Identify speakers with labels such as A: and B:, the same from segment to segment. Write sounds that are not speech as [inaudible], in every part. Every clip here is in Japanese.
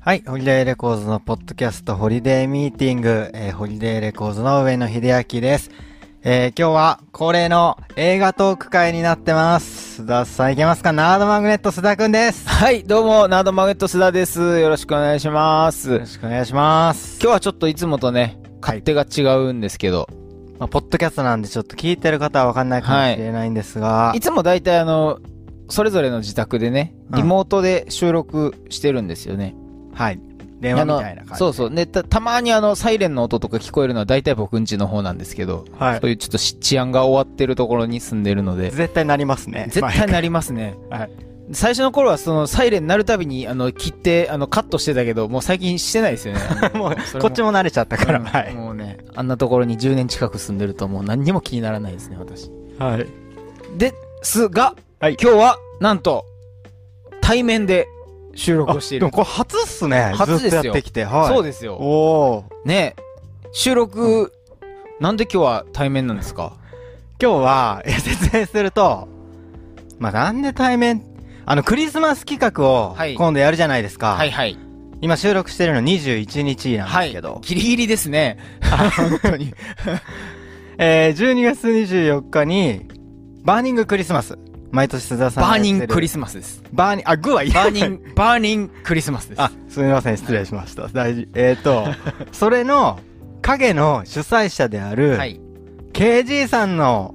A: はい、ホリデーレコーズのポッドキャストホリデーミーティング、えーホリデーレコーズの上野秀明です。えー今日は恒例の映画トーク会になってます。須田さんいけますかナードマグネット須田くんです。よ
B: はい、どうも、ナードマグネット須田です。よろしくお願いします。
A: ろ
B: 今
A: しくお願いします。
B: 日はちょっといつもとね、勝手が違うんですけど、
A: まあ、ポッドキャストなんでちょっと聞いてる方はわかんないかもしれないんですが、
B: い、つも大体あの、それぞれの自宅でね、
A: うん
B: リモートで収録してるんですよね。
A: はい。電話みたいな
B: あ
A: 感
B: の
A: じ。
B: そうそう。ね、た、たまにあの、サイレンの音とか聞こえるのは大体僕ん家の方なんですけど、
A: はい
B: そういうちょっとし治安が終わってるところに住んでるので、
A: 絶対なりますね。
B: 絶
A: [laughs]
B: 対なりますね。
A: はい
B: 最初の頃はその、サイレン鳴るたびに、あの、切って、あの、カットしてたけど、もう最近してないですよね。あの
A: もう
B: それ
A: こっちも慣れちゃったから、
B: うん
A: はい。
B: もうねあんなところに10年近く住んでるともう何にも気にならないですね私
A: はい。
B: ですが、
A: はい
B: 今日はなんと対面で収録をして
A: で
B: いる
A: もこれ初っすね。
B: 初ですよ
A: ずっとやってきて。はい。
B: そう
A: で
B: ですよ
A: おー。
B: ね収録、なんで今日は対面なんですか
A: 今日は、いや説明すると、まあ、なんで対面、あの、クリスマス企画を
B: はい、
A: 今度やるじゃないですか。
B: はいはい
A: 今収録してるの21日なん
B: は
A: です
B: い
A: けど、
B: ギリギリですね [laughs] 本当に
A: えー、12月24日に、バーニングクリスマス。毎年須田さん
B: バーニングクリ
A: ス
B: スマスです
A: マス。バーニング、あ、グは言
B: バ
A: わ
B: ー
A: ない
B: ニングバーニングクリスマスです
A: あ、すみません、失礼しました。大事。えっ、ー、と、それの、影の主催者である、
B: はい
A: KG さんの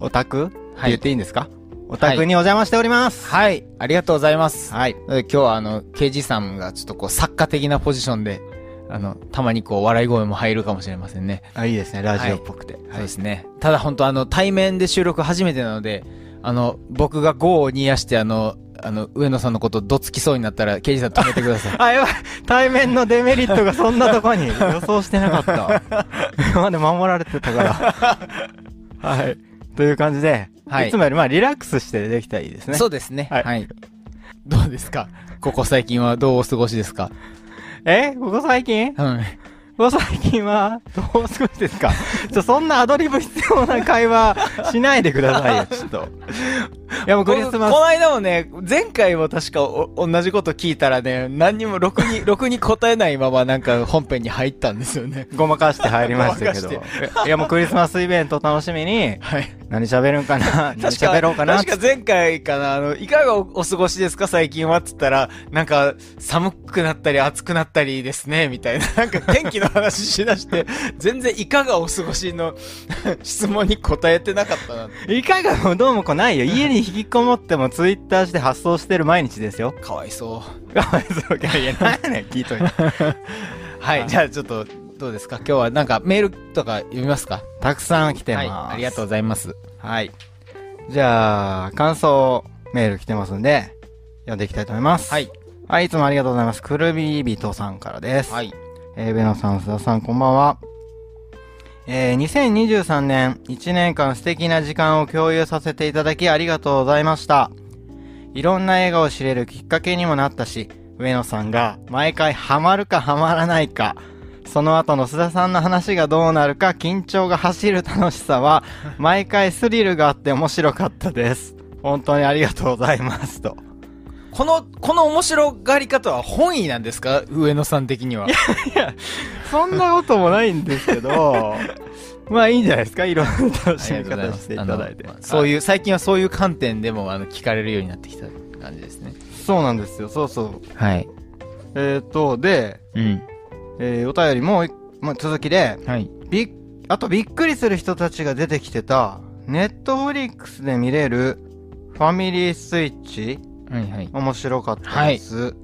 A: お宅って
B: は
A: 言っ
B: い
A: ていいんですか、お宅にお邪魔しております。
B: はいありがとうございます
A: はい。
B: なので今日はあの、刑事さんがちょっとこう作家的なポジションで、あの、たまにこう笑い声も入るかもしれませんね。
A: あ、いいですね、ラジオっぽくて。
B: そうですね。ただ本当あの、対面で収録初めてなので、あの、僕が業を煮やしてあの、あの、上野さんのことどつきそうになったら、刑事さん止めてく
A: [laughs]
B: ださい。
A: あ、やばい。対面のデメリットがそんなとこ
B: [laughs]
A: に予想してなかった。今まで守られてたから。
B: [laughs]
A: はい。という感じで、
B: はい
A: い、つもよりまあリラックスしてできたらいいですね。
B: そうですね。
A: は
B: はいい。どうですかここ最近はどうお過ごしですか
A: えここ最近
B: うん。
A: ここ最近は、どうお過ごしです
B: [laughs]
A: かちょ、そんなアドリブ必要な会話しないでくだ
B: [laughs]
A: さいよ、ちょっと。いや、もうクリスマ
B: こ
A: ス。
B: の間もね、前回も確かお同じこと聞いたらね、何にも、ろく [laughs] に、ろくに答えないままなんか本編に入ったんですよね。
A: ごまかして入りましたけ
B: ごま
A: ど
B: か。
A: いや、もうクリスマスイベント楽しみに、
B: はい。
A: 何喋るんかな何
B: 確か
A: 喋ろうかな
B: 確か前回かな、あの、いかがおお過ごしですか最近はっつったら、なんか、寒くなったり暑くなったりですね、みたいな。なんか天気の話しだ [laughs] して、全然いかがお過ごしの質問に答えてなかったな。
A: [laughs] いかがもどうもこないよ。家に引きこもってもツイッターして発送してる毎日ですよ。 [laughs]
B: かわいそう。
A: かわいそう。いやいや、なんやねん、聞いといて。
B: [laughs] はい、じゃあちょっと、どうですか今日はなんかメールとか読みますか
A: たくさん来てま
B: は
A: す。
B: い、ありがとうございます。
A: はい。じゃあ、感想メール来てますんで、読んでいきたいと思います。
B: はい。
A: はい、いつもありがとうございます。くるみびとさんからです。
B: はい。
A: えー、ベノさん、須田さん、こんばんは。えー、2023年、1年間素敵な時間を共有させていただきありがとうございました。いろんな映画を知れるきっかけにもなったし、上野さんが毎回ハマるかハマらないか、その後の須田さんの話がどうなるか緊張が走る楽しさは、毎回スリルがあって面白かったです。本当にありがとうございます。と。
B: この、この面白がり方は本意なんですか上野さん的には。
A: そんなこともないんですけど、 [laughs] まあいいんじゃないですか。いろんな楽しみ方していただいて
B: あの。まあそういう、最近はそういう観点でも、あの、聞かれるようになってきた感じですね。
A: そうなんですよ。そうそう。
B: はい。
A: えっ、と、で、
B: うん。
A: えーお便りもう一、まあ、続きで、
B: はい。
A: びっあとびっくりする人たちが出てきてた、ネットフリックスで見れるファミリースイッチ、
B: はいはい。
A: 面白かったです。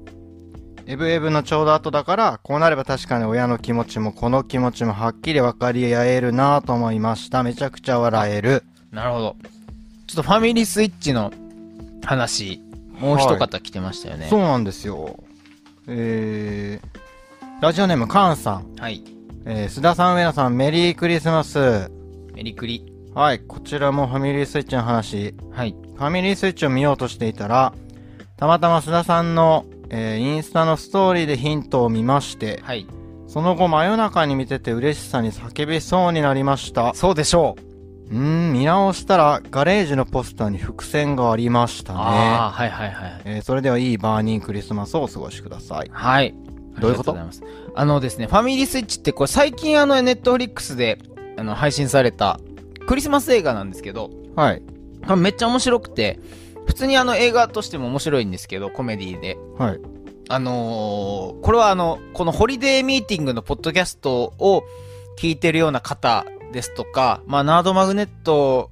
A: エブエブのちょうど後だから、こうなれば確かに親の気持ちもこの気持ちもはっきり分かり合えるなと思いました。めちゃくちゃ笑える。
B: なるほど。ちょっとファミリースイッチの話、もう一方来てましたよね。
A: そうなんですよ。えー、ラジオネームカンさん、
B: はい。
A: えー、須田さん、上野さん、メリークリスマス。
B: メリクリ。
A: はい、こちらもファミリースイッチの話。
B: はい。
A: ファミリースイッチを見ようとしていたら、たまたま須田さんの、えーインスタのストーリーでヒントを見まして、
B: はい。
A: その後真夜中に見てて嬉しさに叫びそうになりました。う
B: そうでしょう。
A: ーん、見直したらガレージのポスターに伏線がありましたね。
B: あー、はいはいはい。
A: えーそれではいいバーニークリスマスをお過ごしください。
B: はい。
A: どういうこと
B: ありがとうございますあのですね、ファミリースイッチってこれ最近あのネットフリックスであの配信されたクリスマス映画なんですけど、
A: はい。
B: これめっちゃ面白くて、普通にあの映画としても面白いんですけど、コメディで。
A: はい。
B: あのーこれはあの、このホリデーミーティングのポッドキャストを聞いてるような方ですとか、まあ、ナードマグネット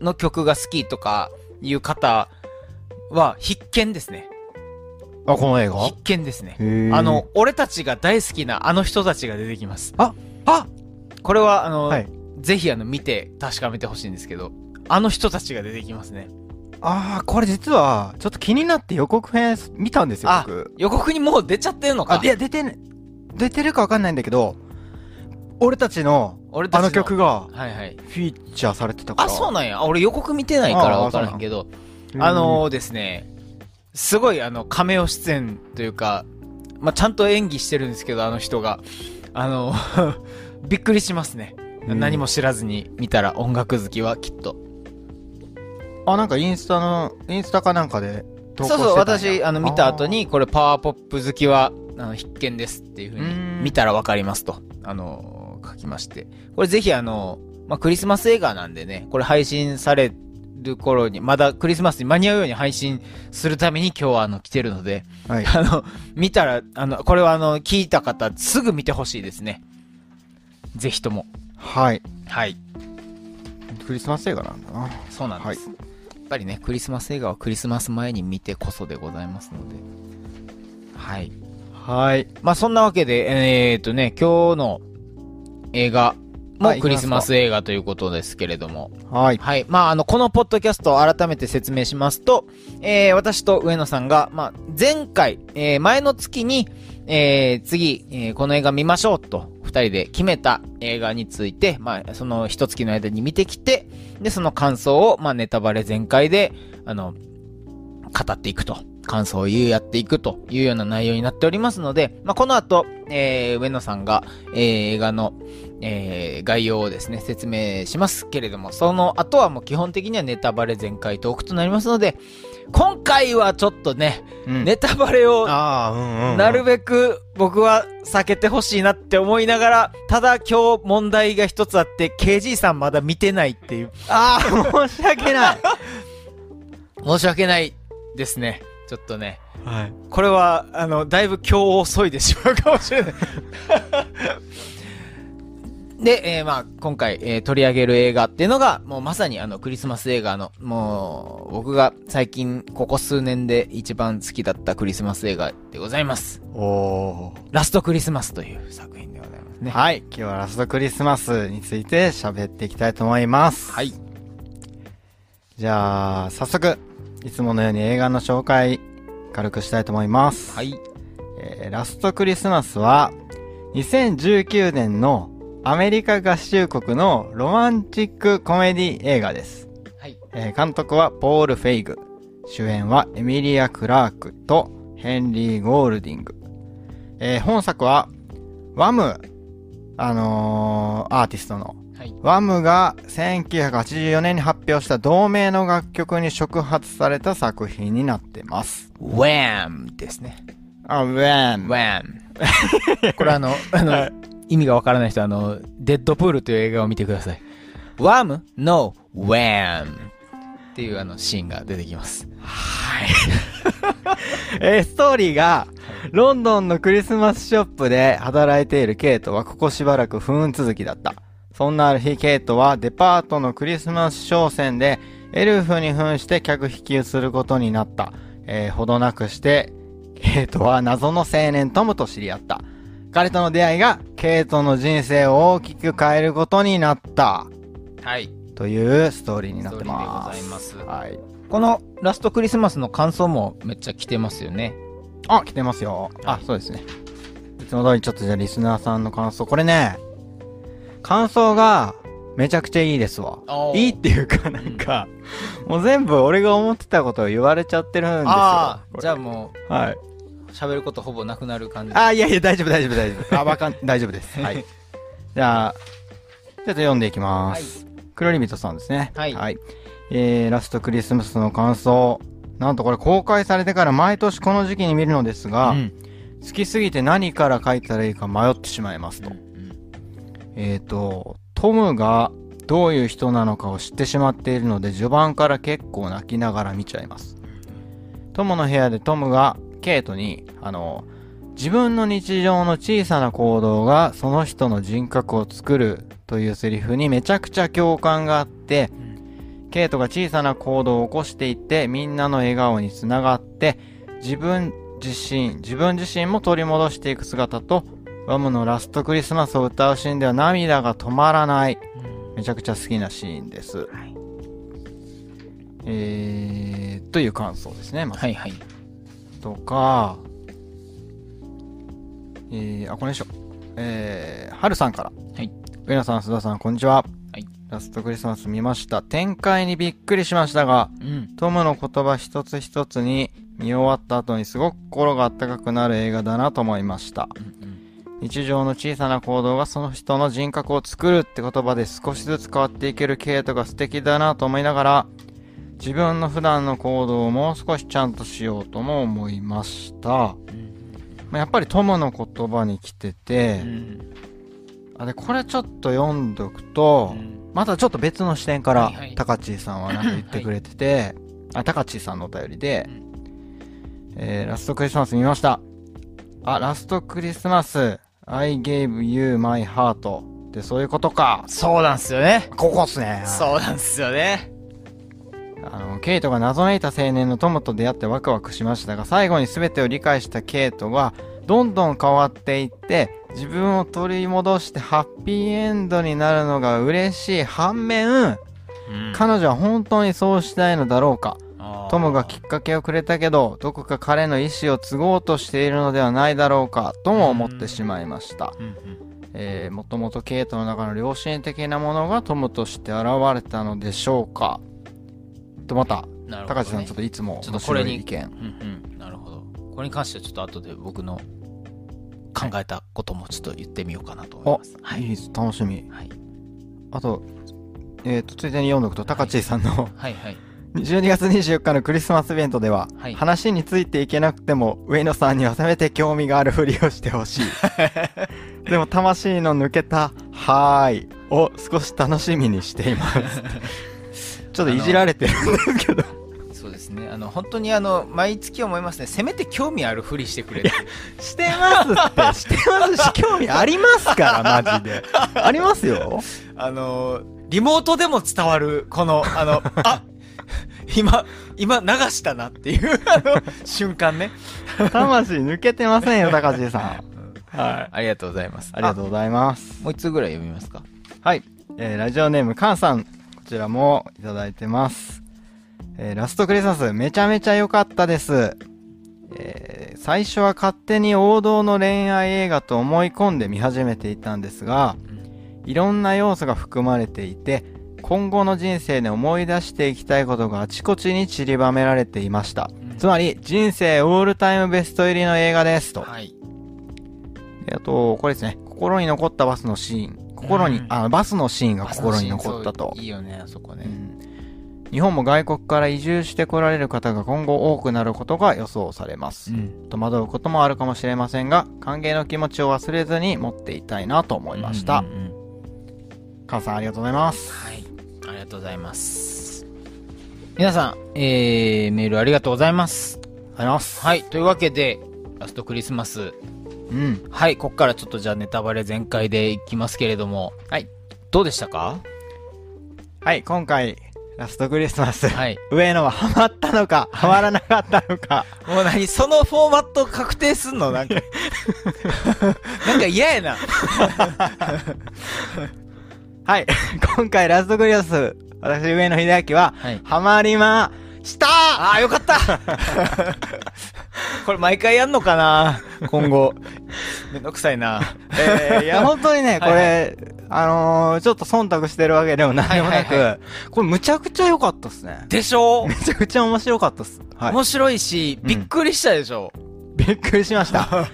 B: の曲が好きとかいう方は必見ですね。
A: あ、この映画
B: 必見ですね。
A: へー
B: あの、、俺たちが大好きなあの人たちが出てきます。
A: ああ
B: これはあの、
A: はい。
B: ぜひあの、見て確かめてほしいんですけど、あの人たちが出てきますね。
A: ああ、これ実は、ちょっと気になって予告編見たんですよ、
B: あ
A: 僕。
B: 予告にもう出ちゃってるの
A: あ
B: か、
A: い。や、出てね、出てるかわかんないんだけど、俺たちの、
B: 俺たち
A: あの曲が、
B: はいはい。
A: フィーチャーされてたから。
B: あ、そうなんや。あ俺予告見てないから
A: ああ
B: わからんけど、
A: へー
B: あのーですね、すごいあの、亀尾出演というか、まあ、ちゃんと演技してるんですけど、あの人が。あの、 [laughs] びっくりしますね。
A: うん
B: 何も知らずに見たら音楽好きはきっと。
A: あ、なんかインスタの、インスタかなんかで投稿してた
B: そうん
A: や
B: そう、私、あの、見た後。に、これ、パワーポップ好きは、あの、必見ですっていうふう
A: う
B: に
A: ー、ん
B: 見たらわかりますと、あの、書きまして。これ、ぜひ、あの、まあ、クリスマス映画なんでね、これ配信される頃に、まだクリスマスに間に合うように配信するために今日は、あの、来てるので、 [laughs]
A: あーはい。
B: あの、見たら、あの、これは、あの、聞いた方、すぐ見てほしいですね。ぜひとも。
A: はい。
B: はい。
A: クリスマス映画なんだな。
B: そうなんです。やっぱりね、クリスマス映画はクリスマス前に見てこそでございますので。はい。
A: はい。
B: まあそんなわけで、えー、っとね、今日の映画も
A: はい
B: クリスマス映画ということですけれども、
A: はい。
B: はい。まああの、このポッドキャストを改めて説明しますと、えー私と上野さんが、まあ前回、えー前の月に、えー次、えーこの映画見ましょうと、二人で決めた映画について、まあその一月の間に見てきて、で、その感想を、まあネタバレ全開で、あの、語っていくと、感想を言うやっていくというような内容になっておりますので、まあ、この後、えー、上野さんが、えー映画の、えー概要をですね、説明しますけれども、その後はもう基本的にはネタバレ全開トークとなりますので、今回はちょっとね、
A: うん
B: ネタバレを
A: ああ、うんうん。
B: なるべく僕は避けてほしいなって思いながら、ただ今日問題が一つあって、KG さんまだ見てないっていう。
A: ああ、申し訳ない。
B: [laughs] 申し訳ないですね。ちょっとね。
A: はい。
B: これは、あの、だいぶ今日を削いでしまうかもしれない。で、えーまあ、今回、えー取り上げる映画っていうのが、もうまさにあの、クリスマス映画の、もう、僕が最近、ここ数年で一番好きだったクリスマス映画でございます。
A: おー。
B: ラストクリスマスという作品でございますね。
A: はい。今日はラストクリスマスについて喋っていきたいと思います。
B: はい。
A: じゃあ、早速、いつものように映画の紹介、軽くしたいと思います。
B: はい。
A: えーラストクリスマスは、2019年のアメリカ合衆国のロマンチックコメディ映画です。
B: はい。
A: えー監督はポール・フェイグ。主演はエミリア・クラークとヘンリー・ゴールディング。えー本作は、ワム、あのーアーティストの、
B: はい。
A: ワムが1984年に発表した同名の楽曲に触発された作品になってます。
B: Wham! ですね。
A: あ、ウェン。
B: Wham! これあ [laughs] の、あの、意味がわからない人はあの、デッドプールという映画を見てください。Wham! No! Wham! っていうあのシーンが出てきます。
A: はい。えーストーリーが、ロンドンのクリスマスショップで働いているケイトはここしばらく不運続きだった。そんなある日、ケイトはデパートのクリスマス商戦でエルフに扮して客引きをすることになった。えーほどなくして、ケイトは謎の青年トムと知り合った。彼との出会いが、ケイトの人生を大きく変えることになった。
B: はい。
A: というストーリーになってます。
B: ストーリーでござい
A: ます。はい。
B: このラストクリスマスの感想もめっちゃ来てますよね。
A: あ、来てますよ。
B: は
A: あ
B: い、
A: そうですね。いつも通りちょっとじゃあリスナーさんの感想。これね、感想がめちゃくちゃいいですわ
B: お。ー
A: いいっていうかなんか、もう全部俺が思ってたことを言われちゃってるんですよ。
B: ああ、
A: これ
B: じゃあも
A: はい。
B: う喋ることほぼなくなる感じ。
A: あ、いやいや、大丈夫大丈夫大丈 [laughs] 夫。あ、わかん、大丈夫です。はい。じゃあ、ちょっと読んでいきます。黒リミットさんですね。
B: はい
A: えー、ラストクリスマスの感想。なんとこれ公開されてから毎年この時期に見るのですが、
B: うん。
A: 好きすぎて何から書いたらいいか迷ってしまいますと。
B: うん
A: えっ、と、トムがどういう人なのかを知ってしまっているので、序盤から結構泣きながら見ちゃいます。トムの部屋でトムがケイトに、あの、自分の日常の小さな行動がその人の人格を作るというセリフにめちゃくちゃ共感があって、ケイトが小さな行動を起こしていって、みんなの笑顔につながって、自分自身、自分自身も取り戻していく姿と、ワムのラストクリスマスを歌うシーンでは涙が止まらない。めちゃくちゃ好きなシーンです。
B: はい
A: えー、という感想ですね。まあ
B: はいはい
A: とか、えー、あ、これでしょ。えー、はるさんから。
B: はい。
A: 上野さん、須田さん、こんにちは。
B: はい。
A: ラストクリスマス見ました。展開にびっくりしましたが、
B: うん
A: トムの言葉一つ一つに見終わった後にすごく心が温かくなる映画だなと思いました。日常の小さな行動がその人の人格を作るって言葉で少しずつ変わっていけるケイトが素敵だなと思いながら自分の普段の行動をもう少しちゃんとしようとも思いました、まあやっぱりトムの言葉に来てて、あでこれちょっと読んどくと、またちょっと別の視点から
B: はいはい
A: タカチーさんはなんか言ってくれてて、あタカチーさんのお便りで、
B: う
A: えーラストクリスマス見ましたあラストクリスマス I gave you my heart ってそういうことか
B: そうなんすよね
A: ここっすね
B: そうなんすよね
A: あのケイトが謎めいた青年のトムと出会ってワクワクしましたが最後に全てを理解したケイトがどんどん変わっていって自分を取り戻してハッピーエンドになるのが嬉しい反面彼女は本当にそうしたいのだろうかトムがきっかけをくれたけどどこか彼の意思を継ごうとしているのではないだろうかとも思ってしまいました、えー、もともとケイトの中の良心的なものがトムとして現れたのでしょうかとまた
B: なるほど
A: 高
B: ね
A: 橋さんちょっといつも
B: ちょっ
A: 面
B: とこれ
A: 白
B: に
A: い意見
B: うんうんなるほどこれに関してはちょっと後で僕の考えたこともちょっと言ってみようかなと思いますはい
A: いいです楽しみ
B: はい
A: あとえー、とついでに読んどくと高知さんの
B: はいはい
A: 12月24日のクリスマスイベントでは、
B: はい
A: 話についていけなくても上野さんにはせめて興味があるふりをしてほ [laughs] しいでも魂の抜けた「はーい」を少し楽しみにしています [laughs] ちょっといじられてるんですけど
B: そうですねあの本当にあの毎月思いますねせめて興味あるふりしてくれて
A: してますって、 [laughs] してますし、興味ありますから、マジで。あります [laughs] よ。
B: あのリモートでも伝わるこの
A: [laughs]
B: あのあ今今流したなっていうあの瞬間ね
A: 魂抜けてませんよ、高橋さん。はい。
B: ありがとうございます
A: ありがとうございます。
B: もう一通ぐらい読みますか
A: はい。えーラジオネーム、カンさん。こちらもいただいてます。えーラストクリスマス、めちゃめちゃ良かったです。えー最初は勝手に王道の恋愛映画と思い込んで見始めていたんですが、いろんな要素が含まれていて、今後の人生で思い出していきたいことがあちこちに散りばめられていました。つまり、人生オールタイムベスト入りの映画です。と。
B: はい
A: であと、これですね。心に残ったバスのシーン。心に、
B: うん
A: あ、バスのシーンが心に残ったと
B: そう。いいよねあそこね、
A: うん日本も外国から移住してこられる方が今後多くなることが予想されます。戸惑うこともあるかもしれませんが、歓迎の気持ちを忘れずに持っていたいなと思いました。
B: うんうんうん
A: カンさんありがとうございます。
B: はい、ありがとうございます。皆さん、えー、メールありがとうございます。
A: ありがとうございます。
B: はい、というわけで、ラストクリスマス。
A: うん。
B: はい、こっからちょっとじゃあネタバレ全開でいきますけれども、
A: はい。
B: どうでしたか
A: はい、今回、ラストクリスマス。
B: [laughs] はい。
A: 上野はハマったのか、ハマらなかったのか。
B: もう何そのフォーマット確定すんの [laughs] なんか。なんか嫌やな。
A: はい、今回ラストクリスマス、私上野秀明は、
B: はい。
A: ハマりました
B: ああ、よかったこれ毎回やんのかな今後。めんどくさい [laughs] な。
A: えーいや、本当にね、こ
B: はいは
A: れ、あのーちょっと忖度してるわけでも何でもなく、
B: はいはいは
A: これむちゃくちゃ良かったっすね。
B: でしょ
A: めちゃくちゃ面白かったっす。はい。
B: 面白いし、びっくりしたでしょ、
A: びっくりしま
B: [laughs]
A: した。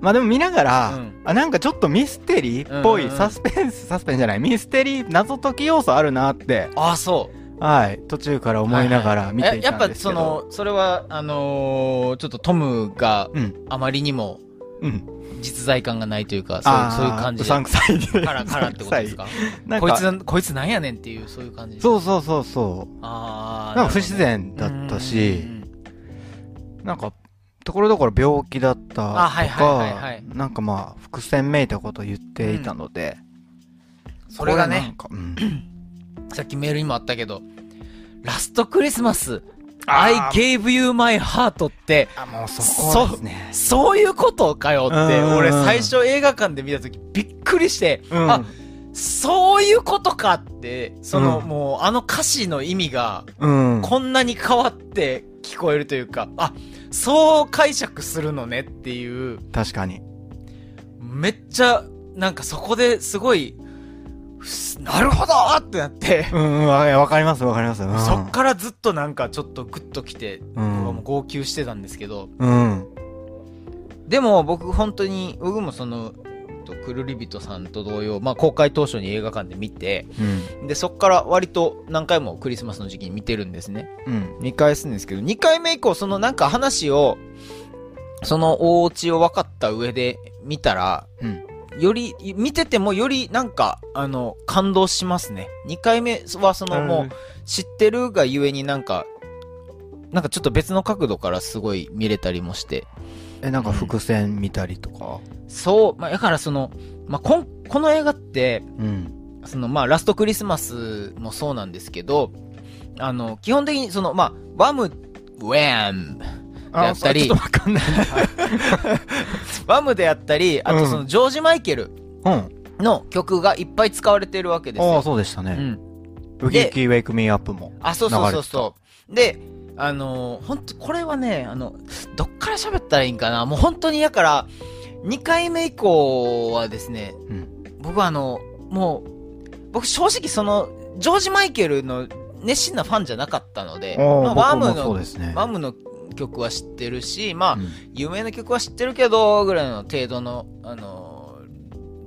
A: まあでも見ながら、
B: うん
A: あ、なんかちょっとミステリーっぽい、
B: うんうんうん
A: サスペンス、サスペンスじゃない、ミステリー謎解き要素あるなって、
B: ああ、そう。
A: はい、途中から思いながら見ていたんですけど。
B: ややっぱそのそれはあのーちょっとトムが
A: うん、
B: あまりにも
A: うん。
B: 実在感がないというか、そうそういう感じ
A: う
B: で。
A: さんくさいで。
B: カラカラってこと
A: [laughs]
B: ですか
A: なん
B: こい
A: か
B: つな、こいつなんやねんっていう、そういう感じ。う。
A: そうそうそうそ
B: あ
A: う。な
B: ー
A: んか不自然だったし、なんか、ところどころ病気だったとか、
B: あはいはいはいはい
A: なんかまあ、伏線めいたことを言っていたので、
B: それが
A: こな
B: ね
A: ん、か、うん、
B: さっきメールにもあったけど、ラストクリスマス、I gave you my heart って、
A: あ、もうそこですね。
B: そういうことかよっ
A: う
B: て、
A: ん
B: 俺最初映画館で見たときびっくりして、
A: うん
B: あ、そういうことかって、その、
A: うん
B: もうあの歌詞の意味が
A: うん。
B: こんなに変わって聞こえるというか、あ、そう解釈するのねっていう、
A: 確かに。
B: めっちゃ、なんかそこですごい、ふすなるほどってなって、
A: うん、うん、わわかりますわかります。うん
B: そっからずっとなんかちょっとグッときて、
A: うん
B: 僕はもう号泣してたんですけど、
A: うん。
B: でも僕本当に、僕もその、とくるりびとさんと同様、まあ公開当初に映画館で見て、
A: うん。
B: で、そっから割と何回もクリスマスの時期に見てるんですね。
A: うん。
B: 2回するんですけど、2回目以降、そのなんか話を、そのお家を分かった上で見たら、
A: うん。
B: より、見ててもよりなんか、あの、感動しますね。2回目はそのもう、知ってるがゆえになんか、なんかちょっと別の角度からすごい見れたりもして。
A: え、なんか伏線見たりとか。
B: そう、まあ、だからその、まあ、こん、この映画って、
A: うん。
B: そのまあ、ラストクリスマスもそうなんですけど、あの、基本的にその、まあ、ワム、ウェームであったり
A: ちょっとわかんない。
B: ワムであったり、あとそのジョージ・マイケル
A: うん。
B: の曲がいっぱい使われてるわけです
A: ああ、
B: よ。
A: そうでしたね。
B: うん。
A: ウキウキウェイクミーアップも。
B: あ、そうそうそうそう。で、あのー、本当これはね、あの、どっから喋ったらいいんかな。もう本当に、だから、2回目以降はですね、
A: うん。
B: 僕はあの、もう、僕正直その、ジョージ・マイケルの熱心なファンじゃなかったので、
A: ああ、
B: まあワ
A: 僕
B: ム
A: もそう
B: の、
A: ですね。
B: ワムの曲は知ってるし、まあ、
A: うん
B: 有名な曲は知ってるけど、ぐらいの程度の、あのー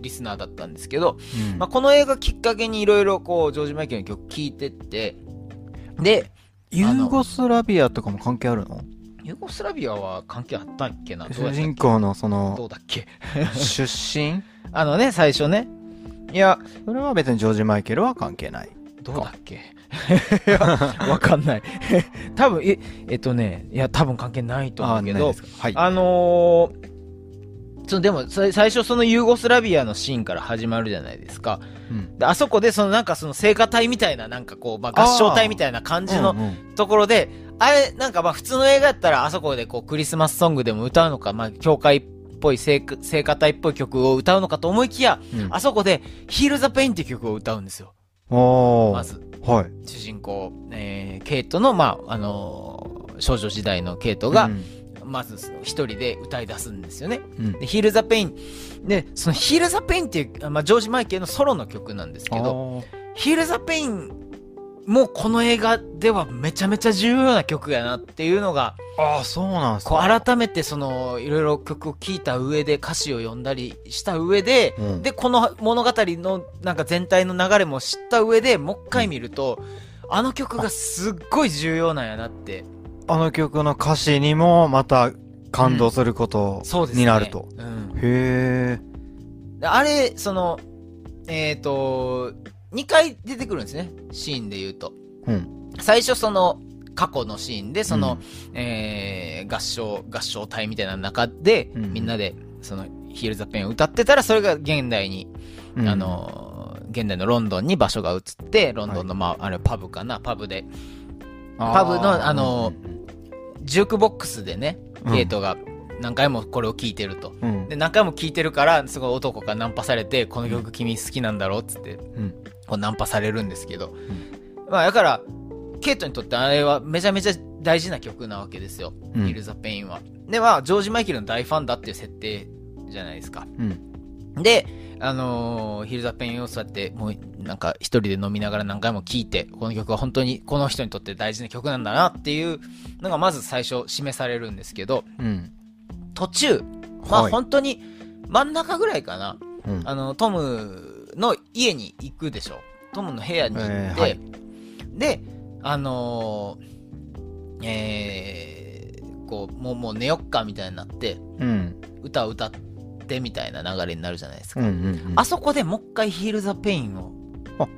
B: リスナーだったんですけど、
A: うん
B: まあ、この映画きっかけにいろいろこう、ジョージ・マイケルの曲聴いてって、で、
A: ユーゴスラビアとかも関係あるの
B: ユーゴスラビアは関係あったっけなどう
A: 主
B: やっ
A: 人
B: たっ
A: 公のそ
B: けど
A: の、
B: うだっけ
A: 出身
B: あのね、最初ね。いや、
A: それは別にジョージ・マイケルは関係ない。
B: どうだっけいや [laughs] わかんない。多分、え、えっとね、いや、多分関係ないと思うけ
A: ない
B: ど
A: で、すかはい。
B: あのーそのでもさ最初そのユーゴスラビアのシーンから始まるじゃないですか
A: うん
B: であそこでそのなんかその聖歌隊みたいななんかこう、まあ、合唱隊みたいな感じの
A: うんうん
B: ところで、あれ、なんかまあ普通の映画やったらあそこでこうクリスマスソングでも歌うのか、まあ教会っぽい聖、聖歌隊っぽい曲を歌うのかと思いきや、
A: うん
B: あそこで Heal the Pain って曲を歌うんですよ。
A: お
B: ま
A: ー。
B: ず、
A: はい。
B: 主人公、えー、ケイトの、まあ、あのー少女時代のケイトが、
A: うん
B: まずその一人で歌い出すんですよね。
A: うん
B: で、Heal the Pain。で、その Heal the Pain っていう、まあ、ジョージ・マイケルのソロの曲なんですけど、
A: ど、
B: ヒール・ザ・ペインもこの映画ではめちゃめちゃ重要な曲やなっていうのが、
A: ああ、そうなんす
B: こう
A: か。
B: 改めてその、いろいろ曲を聴いた上で、歌詞を読んだりした上で、
A: うん
B: で、この物語のなんか全体の流れも知った上でもう一回見ると、あの曲がすっごい重要なんやなって。
A: あの曲の歌詞にもまた感動すること
B: そうですね。
A: になると。
B: うん。
A: へえ。
B: であれ、その、えっ、と、2回出てくるんですね。シーンで言うと。
A: うん。
B: 最初その過去のシーンでその、えー合唱合唱隊みたいな中で、
A: うん
B: みんなでその「ヒール・ザ・ペン」を歌ってたらそれが現代に、
A: うん
B: あ、のー現代のロンドンに場所が移ってロンドンの、まあ、あれパブかなパブでパブの
A: ー
B: あのジュークボックスでね
A: うん
B: ゲートが何回もこれを聴いてると。
A: うんうん
B: で何回も聴いてるからすごい男がナンパされて「この曲君好きなんだろ?」っつって
A: うん
B: こうナンパされるんですけど、まあだからケイトにとってあれはめちゃめちゃ大事な曲なわけですよ「
A: うん
B: Feel the Pain は」でまあジョージ・マイケルの大ファンだっていう設定じゃないですか
A: うん
B: であのー、ヒル・ザ・ペインをそうやってもうなんか一人で飲みながら何回も聴いてこの曲は本当にこの人にとって大事な曲なんだなっていうのがまず最初示されるんですけど
A: うん
B: 途中まあ
A: はい
B: 本当に真ん中ぐらいかな、
A: うん
B: あの、トムの家に行くでしょ。トムの部屋に行って、
A: えーはい
B: で、あのーえーこう、もう、もう寝よっかみたいになって、
A: うん
B: 歌を歌ってみたいな流れになるじゃないですか、
A: うんうんうん
B: あそこでもう一回「Heal the Pain」を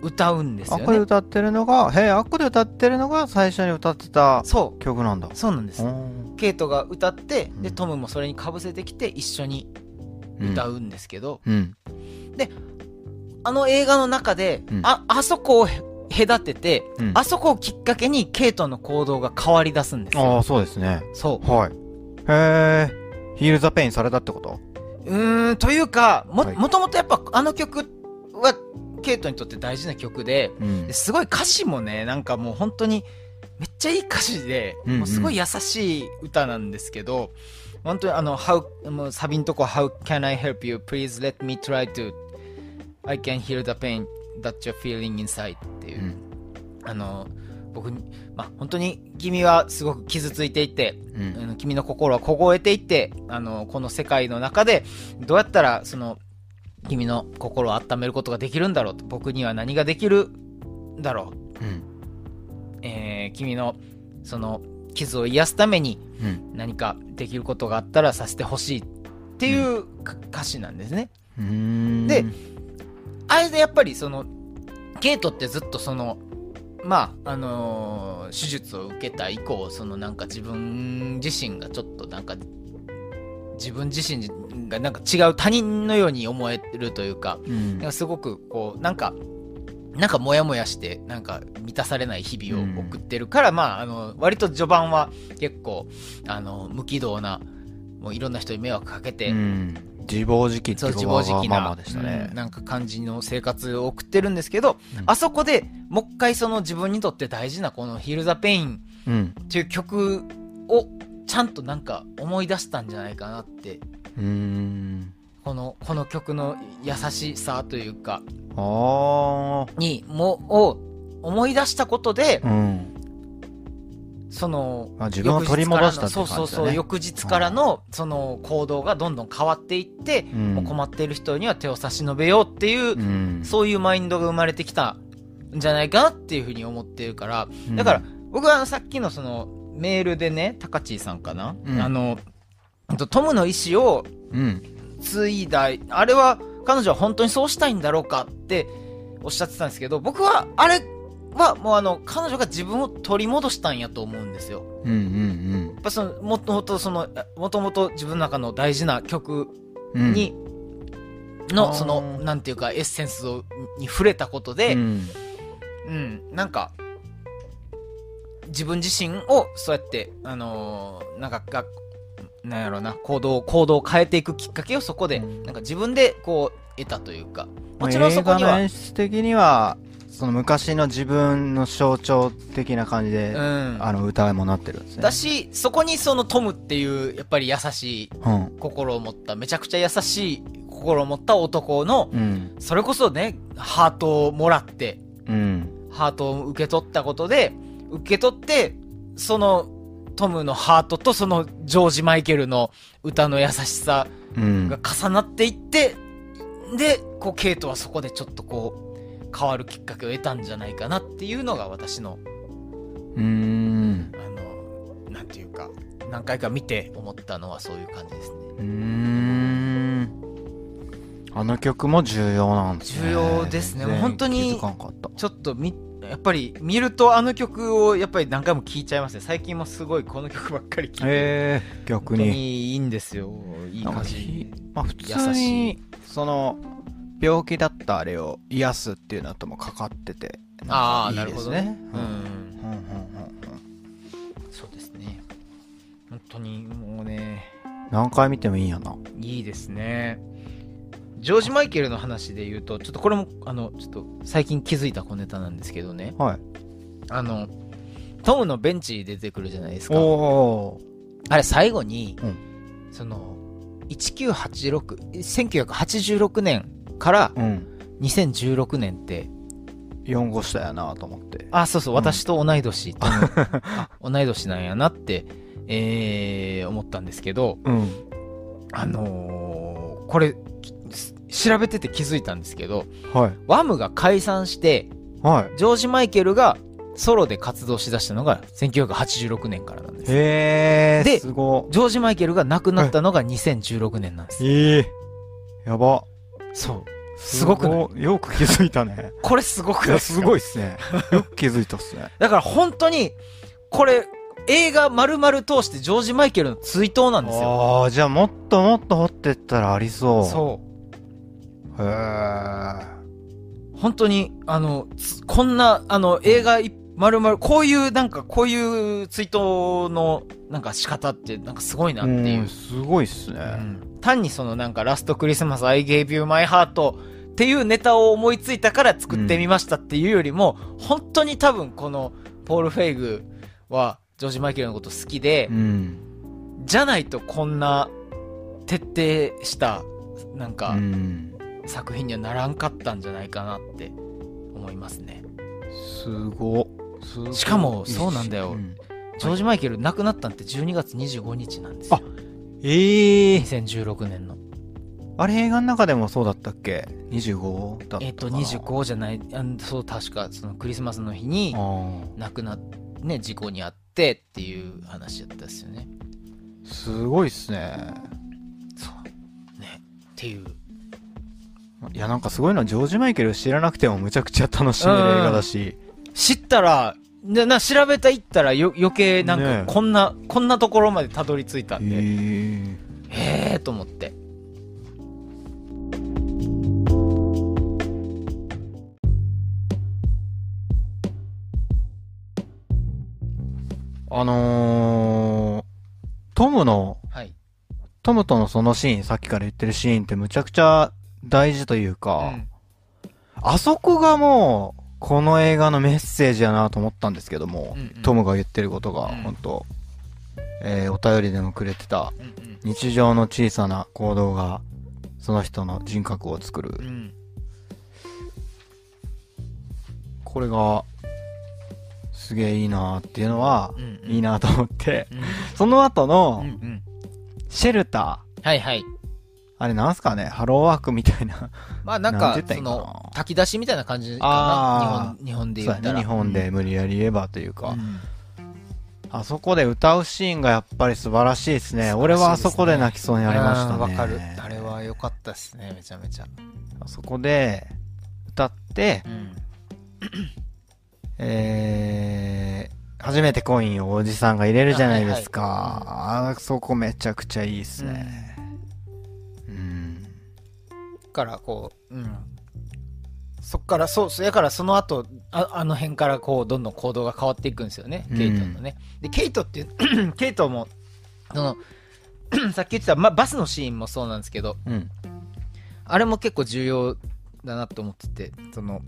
B: 歌うんですよ
A: あっこで
B: ね
A: 歌ってるのが、へえ、あっこで歌ってるのが最初に歌ってた
B: そ
A: 曲なんだ
B: う。そうなんです
A: うん
B: ケイトが歌ってで
A: うん
B: トムもそれにかぶせてきて一緒に歌。うんですけど、
A: うん。
B: あの映画の中で、
A: うん
B: ああそこをへ隔てて、
A: うん
B: あそこをきっかけにケイトの行動が変わり出すんですよ
A: ああ、そうですね。
B: そ
A: はい。へえ、ヒールザペインされたってこと
B: ううーんというかも,、
A: はい
B: もともとやっぱあの曲はケイトにとって大事な曲で
A: うん
B: ですごい歌詞もねなんかもう本当にめっちゃいい歌詞で、
A: うんうん
B: もうすごい優しい歌なんですけど本当にあの How もうサビのとこ「How can I help you? Please let me try to I can heal the pain that you're feeling inside」っていう、
A: うん
B: あの僕にまあ本当に君はすごく傷ついていて
A: うん
B: あの君の心は凍えていってあのこの世界の中でどうやったらその君の心を温めることができるんだろうと僕には何ができるんだろう、
A: うん
B: えー君のその傷を癒すために
A: うん
B: 何かできることがあったらさせてほしいっていうか歌詞なんですね。
A: うーん。
B: であれでやっぱりそのゲートってずっとそのまああのー手術を受けた以降そのなんか自分自身がちょっとなんか自分自身がなんか違う他人のように思えるというか
A: うん
B: なんかすごくこうなんかなんかモヤモヤしてなんか満たされない日々を送ってるから、まああの割と序盤は結構あの無軌道なもういろんな人に迷惑かけて、
A: うん自暴自棄って
B: そう
A: 言
B: 自
A: 葉
B: 暴自
A: が
B: 棄な
A: ママでしたね
B: うん。なんか感じの生活を送ってるんですけど、
A: うん
B: あそこでもう一回その自分にとって大事なこの「ヒル・ザ・ペイン」
A: うん。
B: っていう曲をちゃんとなんか思い出したんじゃないかなって
A: うーん。
B: このこの曲の優しさというか
A: あ
B: にもを思い出したことで
A: あ。うん。
B: その
A: あ自分を取り戻したって感
B: そう
A: じだね
B: そうそう翌日からのその行動がどんどん変わっていって、
A: うん
B: もう困っている人には手を差し伸べようってい
A: う
B: う
A: ん。
B: そういうマインドが生まれてきたんじゃないかなっていうふうに思ってるから、だから、僕はあのさっきのそのメールでね、タカチーさんかな、
A: うん
B: あの、えっとトムの意思を
A: うん。
B: 継いだ、あれは彼女は本当にそうしたいんだろうかっておっしゃってたんですけど、僕はあれはもうあの、彼女が自分を取り戻したんやと思うんですよ。
A: うんうん
B: やっぱその、もともとその、もともと自分の中の大事な曲
A: うん。うん、
B: に、の、
A: あー
B: その、なんていうか、エッセンスをに触れたことで、
A: うん
B: うん、なんか自分自身をそうやってあのーなんかがなんやろな行動行動を変えていくきっかけをそこで
A: うん
B: なんか自分でこう得たというかもちろんそこに
A: 映画の
B: は、
A: 演出的には、その昔の自分の象徴的な感じで、
B: うん、
A: あの歌もなってるんですね。
B: だしそこにそのトムっていうやっぱり優しい
A: うん。
B: 心を持っためちゃくちゃ優しい心を持った男の
A: うん。
B: それこそねハートをもらって
A: うん。
B: ハートを受け取ったことで受け取ってそのトムのハートとそのジョージ・マイケルの歌の優しさ
A: うん。
B: が重なっていって、でこうケイトはそこでちょっとこう変わるきっかけを得たんじゃないかなっていうのが私の
A: うーん。
B: あのなんていうか何回か見て思ったのはそういう感じですね
A: うーん。あの曲も重要なんですね。
B: 重要ですね
A: 全然
B: 本当に
A: 気づかんかった。
B: ちょっとみやっぱり見るとあの曲をやっぱり何回も聴いちゃいますね最近もすごいこの曲ばっかり聴いてる
A: ええ逆
B: 本当
A: に。
B: にいいんですよいい感じ
A: まあ普通
B: 優し
A: に、その、病気だったあれを癒すっていうのともかかってて、んか
B: ああ
A: いい
B: なる
A: で
B: ほ
A: す
B: ど
A: ね
B: ね。
A: う
B: うんん
A: うんうんうん
B: そうですね本当にもうね
A: 何回見てもいいんやな。
B: いいですねジョージ・マイケルの話で言うとちょっとこれもあのちょっと最近気づいた小ネタなんですけどね
A: はい。
B: あのトムのベンチ出てくるじゃないですか
A: お
B: あれ最後に、
A: うん
B: その1986 1986年から
A: ー。うん。
B: 2016年って
A: 4号下やなと思って。
B: あ、そうそう、
A: うん
B: 私と同い年、と
A: [laughs]
B: あ同い年なんやなって、えー思ったんですけど、
A: うん。
B: あのーこれ、きす調べてて気づいたんですけど、
A: はい。
B: ワムが解散して、
A: はい。
B: ジョージ・マイケルがソロで活動しだしたのが1986年からなんです。
A: へえ。
B: です
A: ご
B: ジョージ・マイケルが亡くなったのが2016年なんです。
A: い。ええやば。
C: そう。すごくない
A: すごよく気づいたね。
C: これすごくない
A: [laughs] いや、
C: です
A: す
C: か
A: ごいっすね。よく気づいたっ [laughs] すね。
B: だから本当に、これ、映画丸々通してジョージ・マイケルの追悼なんですよ。
A: ああ、じゃあもっともっと掘ってったらありそう。
B: そう。
A: う。へえ。。
B: 本当に、あの、つこんな、あの、映画い、まるまる、こういう、なんか、こういう追悼の、なんか仕方って、なんかすごいなっていううん
A: すごいっすね。
B: うん単にその、なんか、ラストクリスマス、I gave you my heart っていうネタを思いついたから作ってみましたっていうよりも、本当に多分、この、ポール・フェイグは、ジョージ・マイケルのこと好きで、
A: うん。
B: じゃないとこんな、徹底した、なん
A: う
B: か、
A: ん。
B: 作品にはならんかったんじゃないかなって、思いますね。
A: すご。すごい
B: しかもそうなんだよ
A: ん
B: ジョージ・マイケル亡くなったんって12月25日なんですよ。
A: ええ
B: 2016年の。
A: あれ映画の中でもそうだったっけ ?25 だったかな
B: えっ、と、。25じゃない、あんそう、確か、そのクリスマスの日に
A: あー
B: 亡くなっ、ね、事故に遭ってっていう話だったですよね。
A: すごいっすね。
B: そう。ね。っていう。
A: いや、なんかすごいな。ジョージ・マイケル知らなくてもむちゃくちゃ楽しめる映画だし。
B: 知ったら、な、な、調べたいったらよ余計なん
A: ね
B: か、こんな、こんなところまでたどり着いたんで、
A: え
B: へえーと思って。
A: あのー、トムの、
B: はい。
A: トムとのそのシーン、さっきから言ってるシーンってむちゃくちゃ大事というか、
B: うん
A: あそこがもう、この映画のメッセージやなと思ったんですけども、
B: うんうん
A: トムが言ってることが、
B: うん
A: 本当えーお便りでもくれてた、
B: うん
A: 日常の小さな行動が、その人の人格を作る
B: うん。う。ん。
A: これが、すげえいいなっていうのは
B: う、ん。
A: いい
B: な。
A: なと思って、
B: うん。
A: その後
B: うん。う
A: の、
B: ん。
A: シェルター、
B: はいはい。
A: あれなんすかねハローワークみたいな。
B: まあな
A: な
B: ん
A: ん
B: か
A: て言ったらいいん
B: そ
A: かな
B: の炊き出しみたいな感じか
A: あ
B: な日本日本で
A: そ
B: 言
A: う
B: っ
A: や
B: た
A: ね
B: ら
A: 日本で無理やり言えばという
B: う
A: か、
B: ん
A: あそこで歌うシーンがやっぱり素晴らしいですね。俺はあそこで泣きそうになりましたね。
B: わかるあれは良かったっすねめちゃめちゃ
A: あそこで歌って、
B: うん
A: えー、初めてコインをおじさんが入れるじゃないですか。あそこめちゃくちゃいいですね。うん。
B: からこううんそっからそうそうやからその後ああの辺からこうどんどん行動が変わっていくんですよねケイトのねでケイトっていう [clears throat] ケイトもその [clears throat] さっき言ってたまバスのシーンもそうなんですけど
A: うん。
B: あれも結構重要だなと思ってて、その、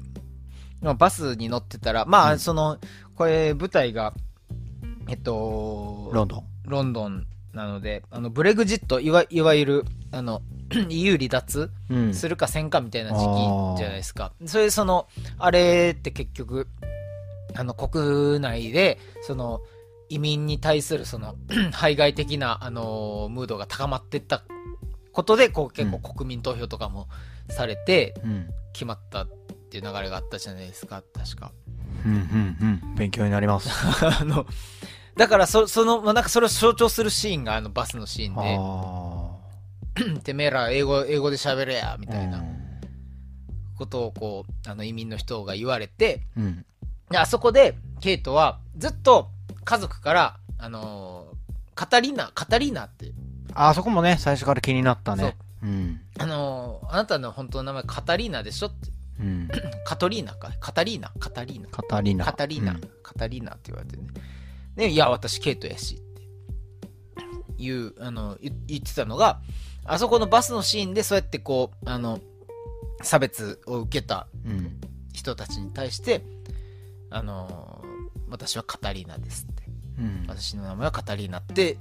B: まあバスに乗ってたら、まあ、
A: うん
B: その、これ、舞台が、えっと、
A: ロンドン。
B: ロンドンなので、あの、ブレグジット、いわいわゆる、あの、EU [clears throat] 離脱
A: うん。
B: するかせんかみたいな時
A: あー
B: 期じゃないですか。それで、その、あれって結局、あの、国内で、その、移民に対する、その、 [clears throat] 排外的な、あのムードが高まってったことで、こう、結構国民投票とかもされて、
A: うん。
B: 決まったっていう流れがあったじゃないですか、確か。 [laughs]
A: うん。うん。うん。勉強になります。
B: あの、だからそ、その、まあ、なんかそれを象徴するシーンが、あの、バスのシーン
A: あ
B: で、
A: あ。
B: てめえら英語、英語で喋れや、みたいうなんことを、こう、あの、移民の人が言われて、
A: うん。
B: で、あそこで、ケイトは、ずっと家族から、あのーカタリーナ、カタリーナって、
A: あそこもね、最初から気になったね。うん。
B: あのーあなたの本当の名前カタリーナでしょって、
A: うん。
B: カトリーナか、カタリーナ、カタリーナ。
A: カタリナ。
B: カタリーナ、
A: うん
B: カタリーナって言われてね。で、いや、私、ケイトやしっていう、あの、言言ってたのが、あそこのバスのシーンで、そうやってこう、あの、差別を受けた
A: うん。
B: 人たちに対して、あの、私はカタリーナですって。
A: うん。
B: 私の名前はカタリーナって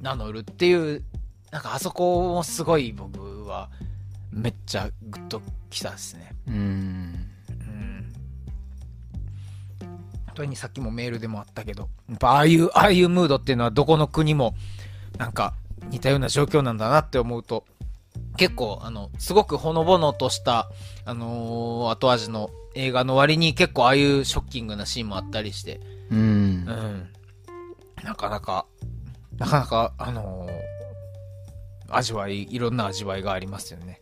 B: 名乗るっていう、なんかあそこもすごい僕は、めっちゃグッときたですね。
A: うん。
B: うん本当にさっきもメールでもあったけど、やっぱああいう、ああいうムードっていうのはどこの国も、なんか似たような状況なんだなって思うと、結構、あの、すごくほのぼのとした、あのー後味の映画の割に結構ああいうショッキングなシーンもあったりして、
A: うん
B: う。ん。なかなか、なかなか、あのー味わい、いろんな味わいがありますよね。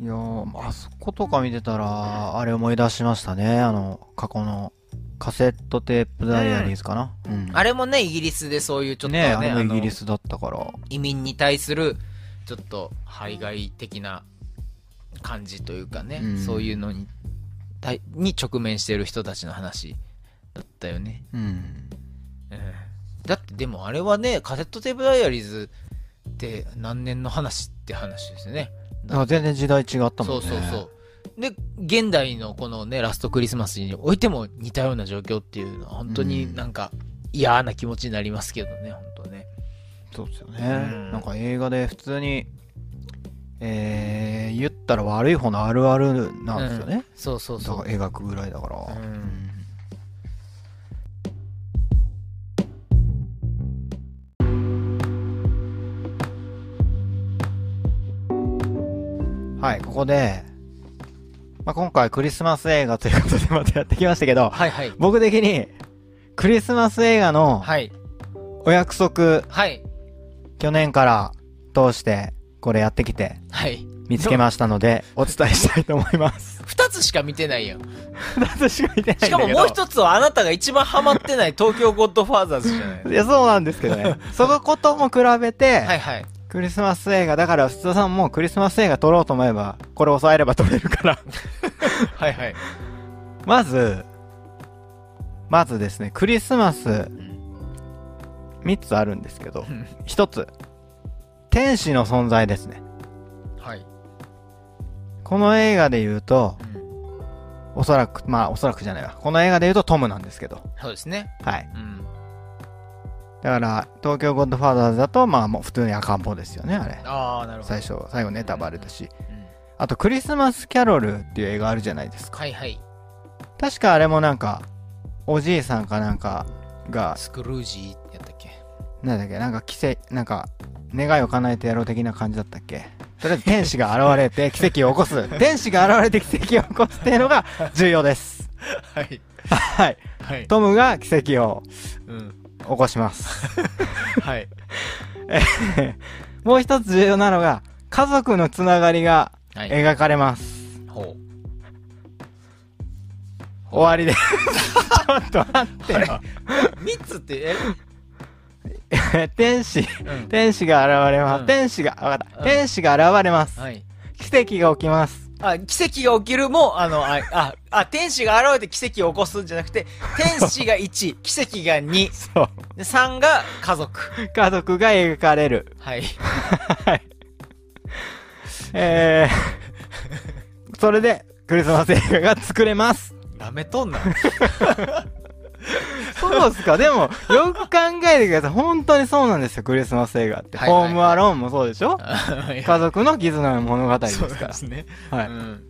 A: いやーあそことか見てたら、あれ思い出しましたね。あの、過去のカセットテープダイアリーズかな。うん。
B: あれもね、イギリスでそういうちょっと
A: ねえ、
B: ね、
A: あれも
B: あ
A: イ
B: の
A: ギリスだったから。
B: 移民に対するちょっと排外的な感じというかね、
A: うん
B: そういうのに対に直面してる人たちの話だったよね、
A: うん。
B: だってでもあれはねカセットテープダイアリーズって何年の話って話ですよね
A: だから全然時代違った
B: そ
A: もん
B: う
A: ね。
B: そうそうで現代のこのねラストクリスマスにおいても似たような状況っていうのは本当になんか嫌な気持ちになりますけどね本当ね
A: そうですよね、
B: うん
A: なんか映画で普通に、えー、言ったら悪い方のあるあるなんですよね、
B: そうそう
A: だ
B: そ
A: か
B: う
A: ら描くぐらいだから、
B: うん
A: うんはいここで、まあ、今回クリスマス映画ということでまたやってきましたけど
B: はいはい
A: 僕的にクリスマス映画の
B: はい
A: お約束
B: はい
A: 去年から通してこれやってきて
B: はい
A: 見つけましたのでお伝えしたいと思います [laughs]
B: 二つしか見てない [laughs] やん
A: 二つしか見てないんだけど
B: しかももう一つはあなたが一番ハマってない東京ゴッドファーザーズじゃない [laughs]
A: いや、そうなんですけどね。そのことも比べて、
B: はいはい
A: クリスマス映画、だから、須田さんもクリスマス映画撮ろうと思えば、これ抑えれば撮れるから。 [laughs]
B: はいはい
A: まず、まずですね、クリスマス、3つあるんですけど、
B: うん
A: 1つ、天使の存在ですね。
B: はい、
A: この映画で言うと、
B: うん
A: おそらく、まあ、おそらくじゃないわ。この映画で言うとトムなんですけど、
B: そうですね
A: はい。
B: うん
A: だから、東京ゴッドファーザーズだと、まあ、もう普通に赤ん坊ですよね、あれ。
B: ああなるほど
A: 最、初、最後ネタバレだし。
B: うん
A: あと、クリスマスキャロルっていう映画あるじゃないですか。
B: はいはい
A: 確かあれもなんか、おじいさんかなんかが、
B: スクルージーやったっけ
A: なんだっけ、なんか奇跡、なんか、願いを叶えてやろう的な感じだったっけ。とりあえず天使が現れ
B: [laughs]
A: て奇跡を起こす。天使が現れて奇跡を起こすっていうのが重要です。
B: はい
A: はい。
B: はい
A: トムが奇跡を
B: うん
A: 起こします。
B: はい
A: もう一つ重要なのが、家族のつながりが
B: はい
A: 描かれます。
B: ほ
A: 終わりです。 [laughs] ちょっと待ってよ。
B: う三つって
A: 天使。
B: えうん
A: 天使が現れます。
B: うん
A: 天使が、わかった。
B: うん
A: 天使が現れます。
B: はい
A: 奇跡が起きます。
B: あ奇跡が起きるもあのあああ天使が現れて奇跡を起こすんじゃなくて天使が1
A: [laughs]
B: 奇跡が2
A: そう。
B: で3が家族
A: 家族が描かれる。
B: はい
A: え
B: [laughs]
A: ー、それで、クリスマス映画が作れます。
B: なめとん
A: [laughs]
B: な
A: そうっすか。で
B: [laughs]
A: も、よく考えてください。本当にそうなんですよ、クリスマス映画って。
B: はいはいはい
A: ホームアローンもそうでしょ
B: はい
A: 家族の絆の物語です
B: そ
A: か
B: うで
A: ら。
B: すね。
A: は
B: う
A: い。
B: ん。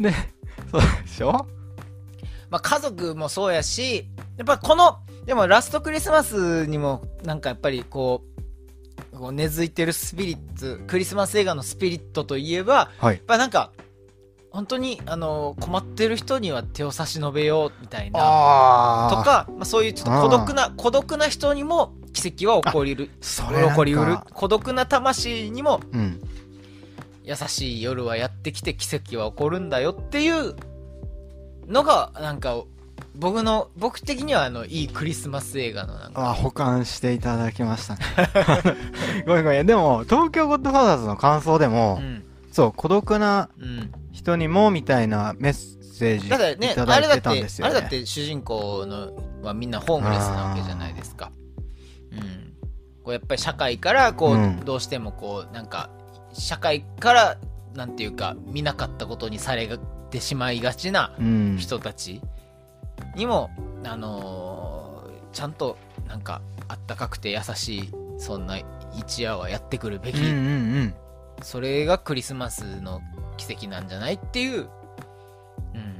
A: で、そうでしょ
B: まあ家族もそうやし、やっぱこの、でもラストクリスマスにもなんかやっぱりこう、こう根付いてるスピリッツ、クリスマス映画のスピリットといえば、
A: はい
B: やっぱなんか、本当に、あの、困ってる人には手を差し伸べようみたいな、と
A: あー。
B: か、まあそういうちょっと孤独な、孤独な人にも奇跡は起こりうる、
A: それなん
B: 起こりうる
A: か、
B: 孤独な魂にも
A: うん。
B: 優しい夜はやってきて奇跡は起こるんだよっていうのがなんか僕の僕的にはあのいいクリスマス映画のなんか
A: あ、保管していただきま
B: [laughs]
A: したね。ごめんごめん。でも、東京ゴッドファーザーズの感想でも、
B: うん
A: そう、孤独な
B: うん
A: 人にもみたいなメッセージい
B: だ
A: た
B: か
A: だ
B: ら
A: い
B: ね
A: て
B: あれだって
A: たんですよ、
B: あ
A: ね。
B: れだって主人公のはみんなホームレスなわけじゃないですかうんこうやっぱり社会からこう、
A: うん
B: どうしてもこうなんか社会からなんていうか見なかったことにされてしまいがちな
A: うん。
B: 人たちにも、あのーちゃんとなんかあったかくて優しいそんな一夜はやってくるべ
A: う
B: き、
A: んうんうん。
B: それがクリスマスの奇跡なんじゃないっていう、うん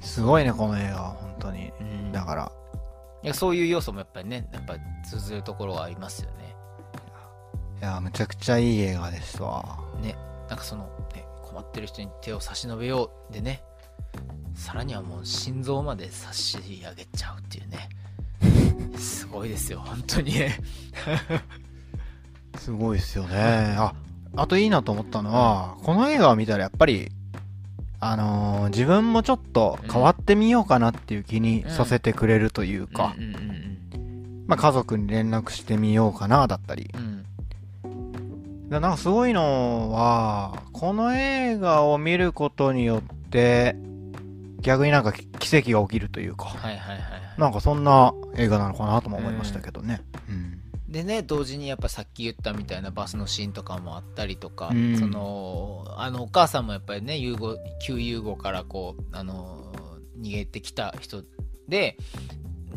A: すごいね、この映画は、本当に。
B: うん、
A: だから、
B: いやそういう要素もやっぱりねやっぱ通ずるところはありますよね
A: いや、むちゃくちゃいい映画ですわ。
B: なんかその、ね、困ってる人に手を差し伸べようでねさらにはもう心臓まで差し上げちゃうっていうね
A: [laughs]
B: すごいですよ本当にね
A: すごいっすよね。あ、あといいなと思ったのは、この映画を見たらやっぱり、あのー自分もちょっと変わってみようかなっていう気にさせてくれるというか、
B: うんうん
A: まあ、家族に連絡してみようかなだったり。
B: うんうん
A: だなんかすごいのは、この映画を見ることによって、逆になんかき奇跡が起きるというか、
B: はいはいはいはい
A: なんかそんな映画なのかなとも思いましたけどね。うん。
B: でね同時にやっぱさっき言ったみたいなバスのシーンとかもあったりとか、
A: うん
B: そのあのお母さんもやっぱりねユーゴ旧ユーゴからこうあの逃げてきた人で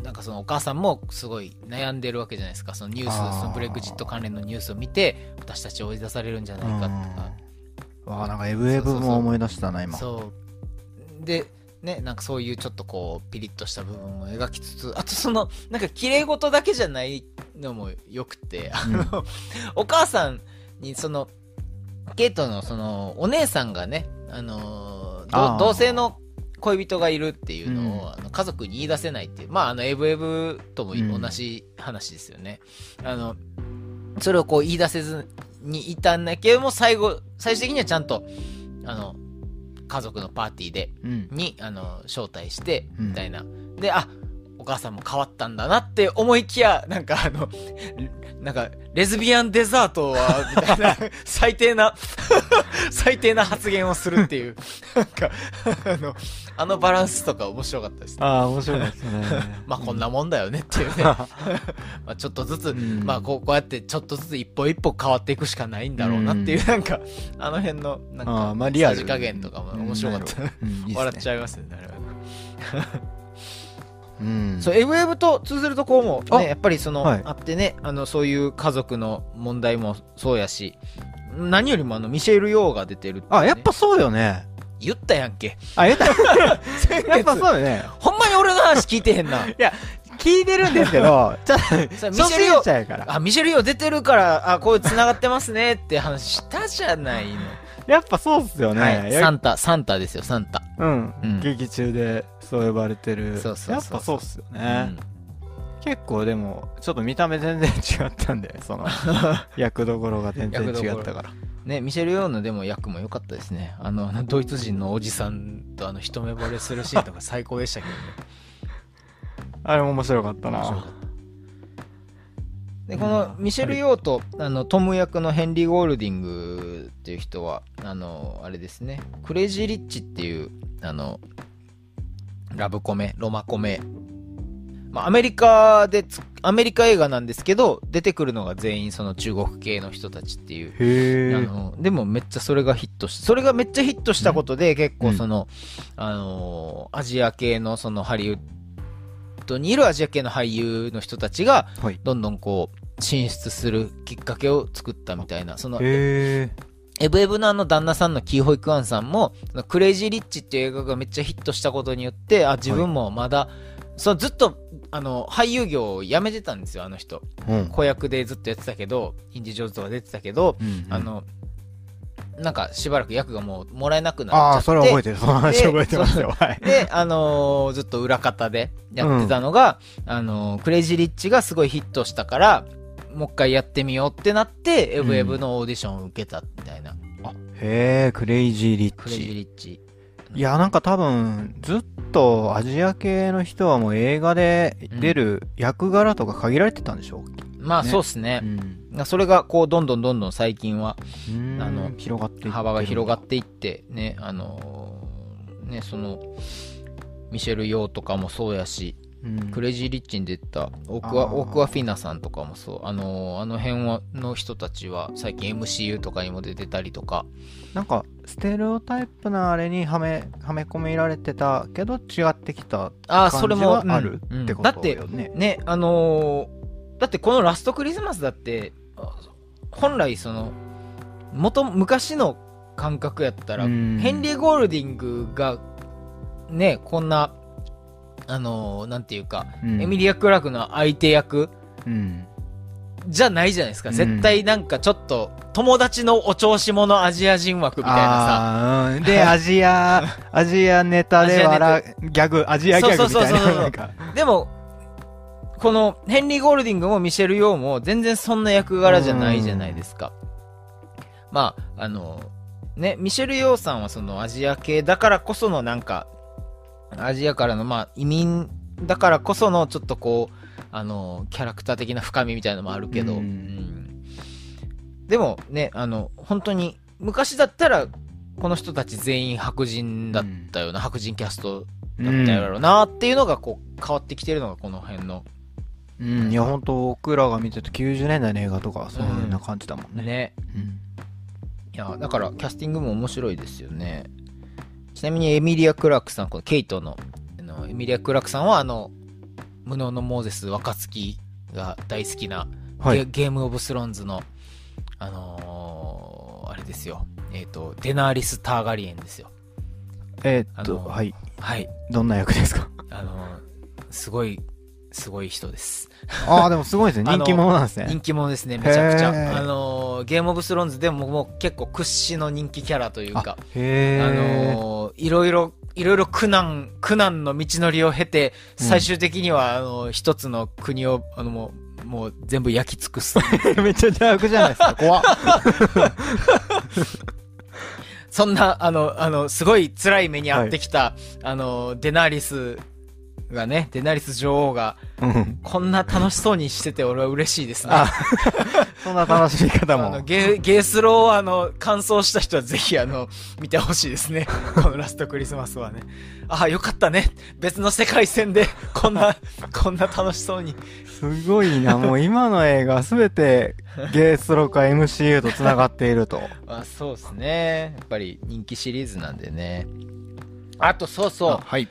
B: なんかそのお母さんもすごい悩んでるわけじゃないですかそのニュー
A: あー
B: スそのブレグジット関連のニュースを見て私たち追い出されるんじゃないかとか、
A: うんわあなんかエブエブも思い出したな、今。
B: そうでねなんかそういうちょっとこうピリッとした部分も描きつ [laughs] つあとそのなんか綺麗事だけじゃないのもよくてあの、お母さんにそのケイトのそのお姉さんがねあのど
A: あー
B: 同性の恋人がいるっていうのを、
A: うん
B: あの家族に言い出せないっていうまああのエブエブとも
A: うん
B: 同じ話ですよね、あのそれをこう言い出せずにいたんだけども最後最終的にはちゃんとあの家族のパーティーで
A: うん。
B: にあの招待して
A: うん
B: みたいな、であお母さんも変わったんだなって思いきやなんかあのなんかレズビアンデザートはみた
A: [laughs]
B: いな最低な [laughs] 最低な発言をするっていうなんかあのあのバランスとか面白かったですね。
A: ああ、面白いですね
B: [laughs] まあこんなもんだよねっていうねまあちょっとずつ、
A: うん
B: まあこうこうやってちょっとずつ一歩一歩変わっていくしかないんだろうなっていう、なんかあの辺のなん
A: あ
B: か
A: ーまあリアル
B: さじ加減とかも面白かった、
A: うんいいっすね
B: 笑っちゃいますねあれはね
A: うん。
B: そう、エブエブと通ずるところも、
A: あ
B: ね、やっぱりその、
A: はい
B: あってね、あの、そういう家族の問題もそうやし、何よりもあの、ミシェル・ヨーが出てるて、
A: あ、やっ、ぱそうよね。
B: 言ったやんけ。
A: あ、
B: [laughs]
A: 言った。
B: 先
A: やっぱ
B: 月、
A: そうよね。
B: ほんまに俺の話聞いてへんな。
A: 聞いてるんですけ
B: [laughs]
A: ど、ちょっと、
B: それミ
A: 初
B: シェル・
A: 心
B: ヨー、
A: 者やから。
B: あ、ミシェル・ヨー出てるから、あ、こう繋がってますねって話したじゃないの。
A: やっぱそうっすよね。
B: はい。
A: や
B: サンタ、サンタですよ、サンタ。
A: うん、
B: うん
A: 劇中でそう呼ばれてる
B: そうそうそうそう
A: やっぱそうっすよ
B: う
A: ね
B: ん、
A: 結構でもちょっと見た目全然違ったんでそ
B: [laughs]
A: の役どころが全然違ったから
B: ね、ミシェル・ヨーのでも役も良かったですね。あの、あのドイツ人のおじさんとあの、一目惚れするシーンとか最高でしたけどね。
A: あれも面白かった
B: 面白か
A: な
B: ったで
A: うん
B: このミシェル・ヨーとあのトム役のヘンリー・ゴールディングっていう人はあのあれですねクレイジー・リッチっていうあのラブコメロマコメ、まあ、アメリカでつアメリカ映画なんですけど出てくるのが全員その中国系の人たちっていう
A: へ
B: あ
A: え
B: のでもめっちゃそれがヒットしそれがめっちゃヒットしたことで結構その、あのアジア系のそのハリウッドにいるアジア系の俳優の人たちが
A: はい
B: どんどんこう進出するきっかけを作ったみたいなその
A: へえ
B: エブエブのあの旦那さんのキーホイクアンさんもそのクレイジー・リッチっていう映画がめっちゃヒットしたことによってあ自分もまだ、そのずっとあの俳優業を辞めてたんですよあの人
A: うん
B: 子役でずっとやってたけどインディ・ジョーンズとか出てたけど
A: うん
B: あの、なんかしばらく役がもうもらえなくな
A: あ
B: っ
A: あ
B: ちゃって。
A: それは覚えてるその話覚えてますよはい
B: で、あのーずっと裏方でやってたのが、あのークレイジーリッチがすごいヒットしたから、もう一回やってみようってなって、エブエブのオーディションを受けたみたいな。
A: へえクレイジーリッ
B: クレイジー
A: チ
B: リッチ。
A: いやなんか多分ずっとアジア系の人はもう映画で出る役柄とか限られてたんでしょ
B: まあ、
A: ね
B: そうっすね。
A: ん
B: それがこう、どんどんどんどん最近は
A: うん
B: あの
A: 広がっていってる
B: 幅が広がっていって、ね、あのーね、その、ミシェル・ヨーとかもそうやし、
A: うん
B: クレイジー・リッチに出てたオクワ
A: あー
B: オクアフィナさんとかもそうあのーあの辺はの人たちは最近 MCU とかにも出てたりとか
A: なんかステレオタイプなあれにはめはめ込められてたけど違ってきた
B: ああ
A: 感
B: それ
A: じ
B: も
A: はある
B: うん
A: って
B: う
A: こ
B: んだっ
A: と
B: て
A: よね。
B: ねあのーだってこの「ラストクリスマス」だってあ本来その元昔の感覚やったら、
A: うん
B: ヘンリー・ゴールディングがねこんなあのーなんていうか、
A: うん
B: エミリア・クラークの相手役
A: うん
B: じゃないじゃないですか、
A: うん
B: 絶対なんかちょっと友達のお調子者アジア人枠みたいなさ
A: あーうん
B: [laughs]
A: でアジアアジアネタで笑うギャグアジアギャグみたい
B: そうそうそうそう
A: な
B: そう
A: なんか
B: でもこのヘンリー・ゴールディングもミシェル・ヨーも全然そんな役柄じゃないじゃないですか、まああのねミシェル・ヨーさんはそのアジア系だからこそのなんかアジアからのまあ移民だからこそのちょっとこうあのキャラクター的な深みみたいなのもあるけど、
A: うん
B: うんでもねあの本当に昔だったらこの人たち全員白人だったような、白人キャストだったやろうなっていうのがこう変わってきてるのがこの辺の
A: うん、いや本当僕らが見てた90年代の映画とかはそんな感じだもんね、
B: ね
A: うん
B: いやだからキャスティングも面白いですよねちなみにエミリア・クラークさんこのケイトのあのエミリア・クラークさんはあの「無能のモーゼス若月」が大好きな
A: はい
B: ゲゲーム・オブ・スローンズのあのーあれですよえっ、とデナーリス・ターガリエンですよ
A: えーっ
B: あ
A: と
B: の
A: はい
B: はい
A: どんな役ですか
B: あのーすごいすごい人です
A: [laughs] ああでもすごいですね
B: あ
A: 人
B: の
A: 気者なんですね
B: 人気者ですねめちゃくち
A: へー
B: ゃあのーゲーム・オブ・スローンズでももう結構屈指の人気キャラというか
A: へえ
B: あのーいろいろ、いろいろ苦難、苦難の道のりを経て、
A: うん
B: 最終的には、あのー一つの国を、あの、もう、もう全部焼き尽くす。 [laughs]
A: [laughs] めっちゃ邪悪じゃないですか怖っ
B: そんな、あの、あの、すごい辛い目に遭ってきた、あのー、デナーリスがね、デナーリス女王が、
A: うん
B: こんな楽しそうにしてて、俺は嬉しいですね。
A: あ [laughs] そんな楽しみ方
B: あの
A: も
B: [laughs] ゲーゲースローをあの完走した人はぜひあ [laughs] の見てほしいです [laughs] ねこのラストクリスマスはねああよかったね別の世界線 [laughs] でこんなこんな楽しそうに
A: すごいなもう今の映画すべてゲースロか MCU とつながっていると
B: あそうですねやっぱり人気シリーズなんでねあとそう [laughs] そう
A: あはい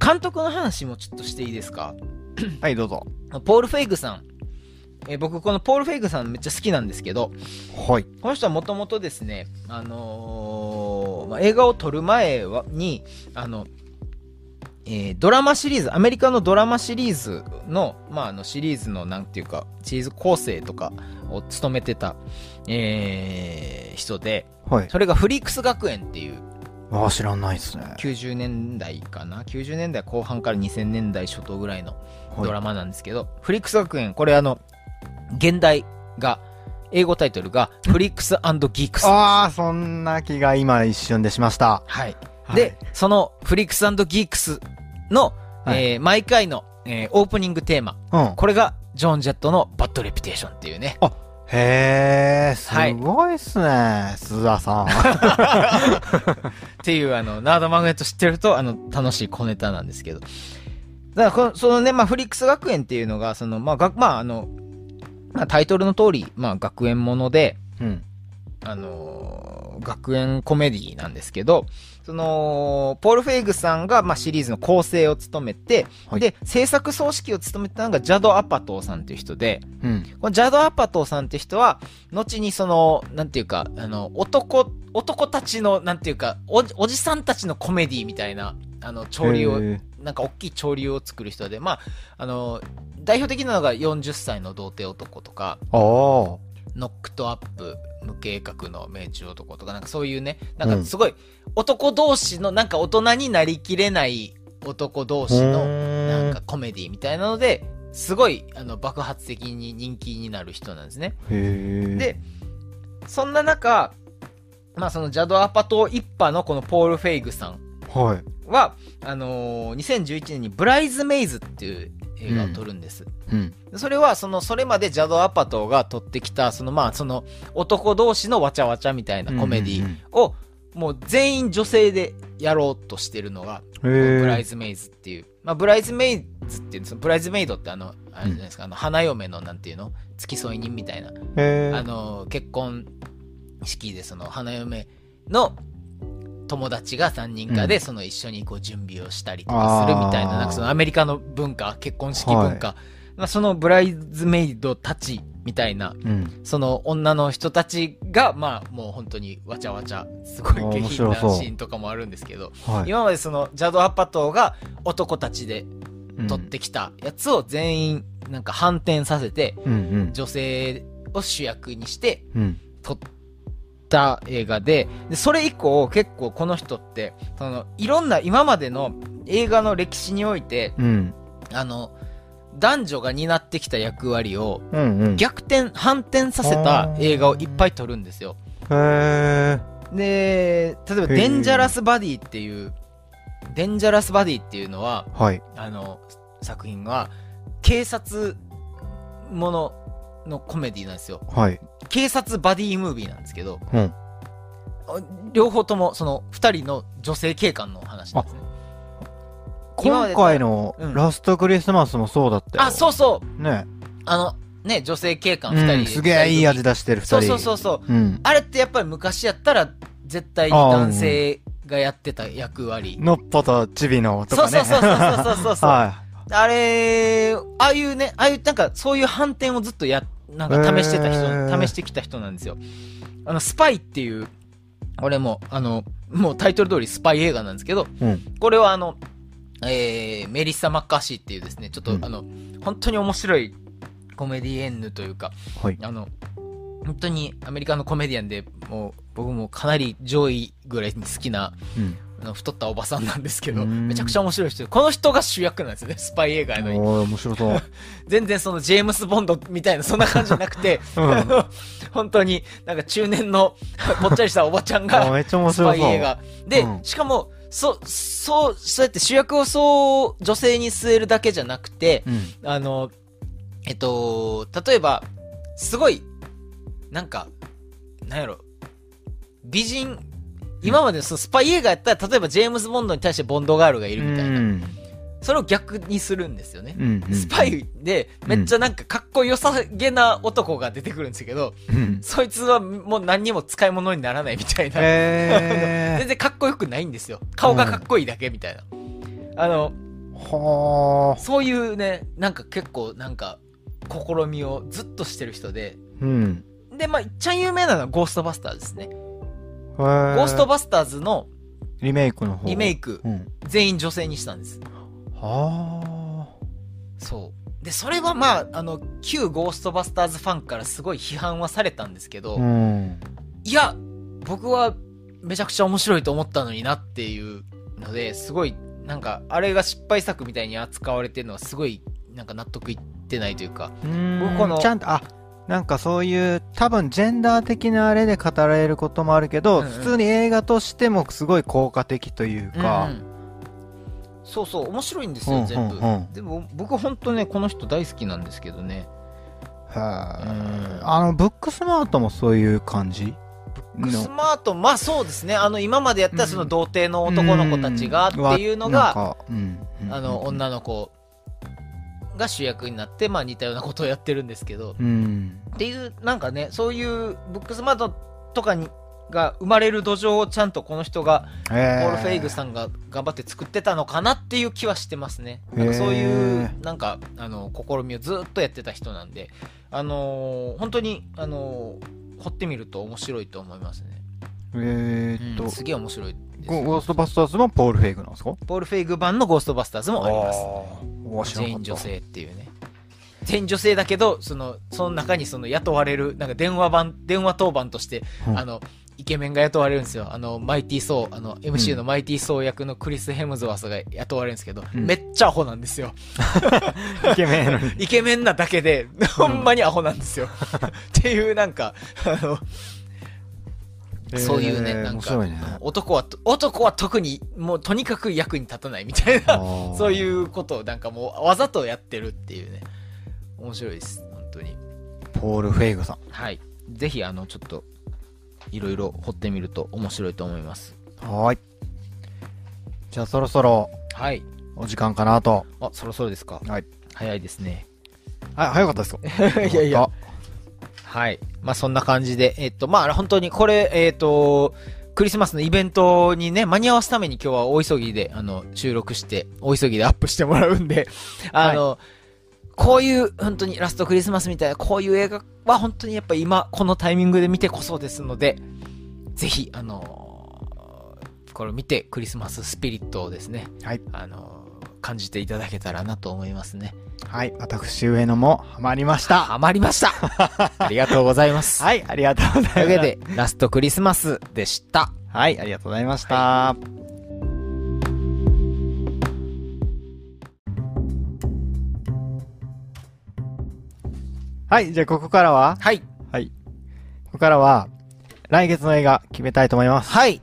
B: 監督の話もちょっとしていいですか
A: はいどうぞ
B: ポール・フェイグさんえー僕このポール・フェイグさんめっちゃ好きなんですけど
A: はい
B: この人はもともとですね、あのーまあ、映画を撮る前はにあの、えードラマシリーズアメリカのドラマシリーズの,、まああのシリーズのなんていうかシリーズ構成とかを務めてた、えー人で
A: はい
B: それがフリークス学園っていう
A: ああ知らないですね
B: 90年代かな90年代後半から2000年代初頭ぐらいのドラマなんですけど、フリックス学園これあの現代が英語タイトルがフリックスギークス
A: ああそんな気が今一瞬でしました
B: はい。
A: はい
B: で、そのフリックスギークスの、
A: はい
B: えー毎回の、えーオープニングテーマ。
A: うん
B: これが、ジョン・ジェットのバッドレピュテーションっていうね。
A: へえ、す
B: はい
A: ごいっすね、須田さん。
B: [laughs] っていう、あの、ナードマグネット知ってると、あの、楽しい小ネタなんですけど。だからこの、そのね、まあ、フリックス学園っていうのが、その、まあ、がまあ、あの、まあ、タイトルの通り、まあ、学園もので、
A: うん。
B: あのー学園コメディなんですけど、その、ポール・フェイグさんが、まあ、シリーズの構成を務めて、
A: はい
B: で、制作総指揮を務めたのがジャド・アパトーさんという人で、
A: うん。
B: このジャド・アパトーさんって人は、後にその、なんていうか、あの、男、男たちの、なんていうか、おじおじさんたちのコメディみたいな、あの、潮流を
A: へー
B: なんか大きい潮流を作る人で、まあ、あの、代表的なのが40歳の童貞男とか、
A: あ
B: ノックトアップ、無計画の命中男とか、なんかそういうね、なんかすごい男同士の、なんか大人になりきれない男同
A: あ。
B: 士
A: う
B: の、
A: ー
B: なん
A: ん
B: かコメディみたいなので、すごいあの爆発的に人気になる人なんですね。
A: へえ。
B: で、そんな中、まあそのジャド・アパト一派のこのポール・フェイグさん
A: はい。
B: は、あのー2011年にブライズ・メイズっていう映画を撮るんです。
A: うん。
B: それはそのそれまでジャド・アパトが取ってきたそのまあその男同士のわちゃわちゃみたいなコメディをもう全員女性でやろうとしてるのが
A: へえ。
B: ブライズメイズっていう、まあ、ブライズメイズっていうそのブライズメイドってあのあれじゃないですか、あの花嫁のなんていうの付き添い人みたいな
A: へー
B: あの結婚式でその花嫁の友達が3人か
A: う
B: で
A: ん
B: その一緒にこう準備をしたりとかするみたいな
A: あー
B: なんかそのアメリカの文化結婚式文化、まあ、そのブライズメイドたちみたいな
A: うん。
B: その女の人たちがまあもう本当にわちゃわちゃすご
A: あー
B: い下品
A: 面白
B: なシ
A: そう
B: ーンとかもあるんですけど
A: はい。
B: 今までそのジャド・アパトーが男たちで
A: うん
B: 取っ。てきたやつを全員なんか反転させて
A: うんうん。
B: 女性を主役にして
A: うん。
B: 撮った映画ででそれ以降結構この人ってそのいろんな今までの映画の歴史において
A: うん。
B: あの男女が担ってきた役割を
A: うんうん。
B: 逆転反転させた映画をいっぱい撮るんですよ。
A: へえ。
B: で例えば
A: へ
B: 「
A: ー
B: デンジャラス・バディ」っていう「デンジャラス・バディ」っていうのは
A: はい。
B: あの作品は警察もののコメディなんですよ
A: はい。
B: 警察バディムービーなんですけど
A: うん。
B: 両方ともその2人の女性警官の話なんですね今ま
A: 今
B: で
A: 回の
B: うん
A: ラストクリスマスもそうだったよ。
B: あそうそう
A: う。ね。
B: あのね女性警官
A: う
B: 2人で、
A: ん。すげえいい味出してる二
B: そ
A: 人。
B: うそうそうそう
A: うん。
B: あれってやっぱり昔やったら絶対に男性がやってた役割、
A: のっぽとチビのと
B: そ
A: か
B: う
A: ね。
B: そうそうそうそうそう
A: [laughs]
B: そう、
A: は
B: あれああいうねああいうなんかそういう反転をずっとやなんか試してた人、
A: へー
B: 試してきた人なんですよあのスパイっていう俺もあのもうタイトル通りスパイ映画なんですけど
A: い。うん。
B: これはあの、えーメリッサ・マッカーシーっていうですねちょっと、
A: うん
B: あの本当に面白いコメディエンヌというか
A: はい。
B: あの本当にアメリカのコメディアンでもう僕もかなり上位ぐらいに好きな
A: うん。
B: あの太ったおばさんなんですけど
A: うん
B: めちゃくちゃ面白い人でこの人が主役なんですよねスパイ映画のに
A: おー、面白
B: [laughs]
A: そう。
B: 全然そのジェームス・ボンドみたいなそんな感じじゃなくて、
A: うん
B: あの [laughs] 本当になんか中年のぽっちゃりしたおばちゃん
A: あ
B: が
A: めっちゃ面
B: ス
A: 白
B: パイ
A: そう。
B: 映画で、
A: うん
B: しかもそそうそうやって主役をそう女性に据えるだけじゃなくて、
A: うん。
B: あの、えっと、例えば、すごい、なんか、なんやろ、美人、今までのそのスパイ映画やったら、例えばジェームズ・ボンドに対してボンドガールがいるみたいな、
A: うん
B: それを逆にするんですよね。
A: うんうん
B: スパ [laughs] イで、めっちゃなんかかっこよさげな男が出てくるんですけど、
A: うん
B: そいつはもう何にも使い物にならないみたいな。
A: へ
B: [laughs] 全然かっこよくないんですよ。顔がかっこいいだけみたいな。あの、
A: ー。は
B: そういうね、なんか結構なんか、試みをずっとしてる人で、
A: ー。うん。
B: で、まあ、いっちゃん有名なのはゴーストバスターズですね。
A: ゴー
B: ゴーストバスターズの
A: リメイクの方。
B: リメイ
A: ク。
B: ク
A: う、ん。
B: 全員女性にしたんです。
A: は
B: そう。で、それはまあ、あの、旧ゴーストバスターズファンからすごい批判はされたんですけど、
A: ー。うん。
B: いや、僕はめちゃくちゃ面白いと思ったのになっていうので、すごい、なんか、あれが失敗作みたいに扱われてるのはすごい、なんか納得いってないというか、僕この
A: ちゃんとあなんかそういう多分ジェンダー的なあれで語られることもあるけど、
B: うんうん
A: 普通に映画としてもすごい効果的というか、
B: うんうんそうそう面白いんですよ、
A: うんうん
B: 全部、
A: うん
B: でも僕ほんとねこの人大好きなんですけどね
A: はああのブックスマートもそういう感じ
B: スマートまあそうですねあの今までやった
A: う
B: ら
A: ん
B: その童貞の男の子たちがっていうのが、あの女の子が主役になってまあ似たようなことをやってるんですけど
A: うん
B: っていうなんかねそういうブックスマートとかにが生まれる土壌をちゃんとこの人が
A: ポ
B: ポール・フェイグさ
A: ん
B: んが頑張って作ってたのかなっていう気はしてますね。
A: へー
B: なんかそういうなんかあの試みをずっとやってた人なんで、あのー本当に、あのー掘ってみると面白いと思いますね。
A: えーっと、
B: うんすげえ面白いです
A: ゴゴーストバスターズもポール・フェイグなんですか
B: ポール・フェイグ版の「ゴーストバスターズ」もあります。
A: ます
B: 全員女性っていうね。全員女性だけどそのその中にその雇われるなんか電話番電話当番として、
A: うん
B: あのイケメンが雇われるんですよあのマイティー・ソーあの MC のマイティー・ソー役のクリス・ヘムズワースが雇われるんですけど、
A: うん
B: めっちゃアホなんですよ
A: イケメンのに
B: イケメンなだけで、ほんまにアホなんですよ。っていう、なんか、あの、そういうね、
A: えー
B: なん
A: 面
B: か、
A: 白
B: [laughs]
A: いね
B: 男は、男は特に、もうとにかく役に立たないみたいな、そ
A: う
B: ういうことをなんかもうわざとやってるっていうね、面白いです、本当に。
A: ポール・フェイグさん
B: はい。ぜひ、あの、ちょっと、いろいろ掘ってみると面白いと思います。
A: はーい。じゃあそろそろ
B: はい。
A: お時間かなと。
B: あ、そろそろですか。
A: はい。
B: 早いですね。
A: はい、早かったですか
B: [laughs] いやいや
A: よかっ
B: はい。まあそんな感じで、えっと、まあ本当にこれ、えっと、クリスマスのイベントにね、間に合わすために今日は大急ぎで、あの、収録して、大急ぎでアップしてもらうんで、 [laughs] あの、こういう、本当にラストクリスマスみたいな、こういう映画は本当にやっぱ今、このタイミングで見てこそですので、ぜひ、あのこれを見て、クリスマススピリットをですね、
A: はい。
B: あの感じていただけたらなと思いますね。
A: た。はい、私上野もハマりました。
B: ハマりましたありがとうございます。
A: はい、ありがとうございます。
B: というわけで、ラストクリスマスでした。
A: はい、ありがとうございました。はい、じゃあここからは
B: はい。
A: はい。ここからは、来月の映画決めたいと思います。
B: はい。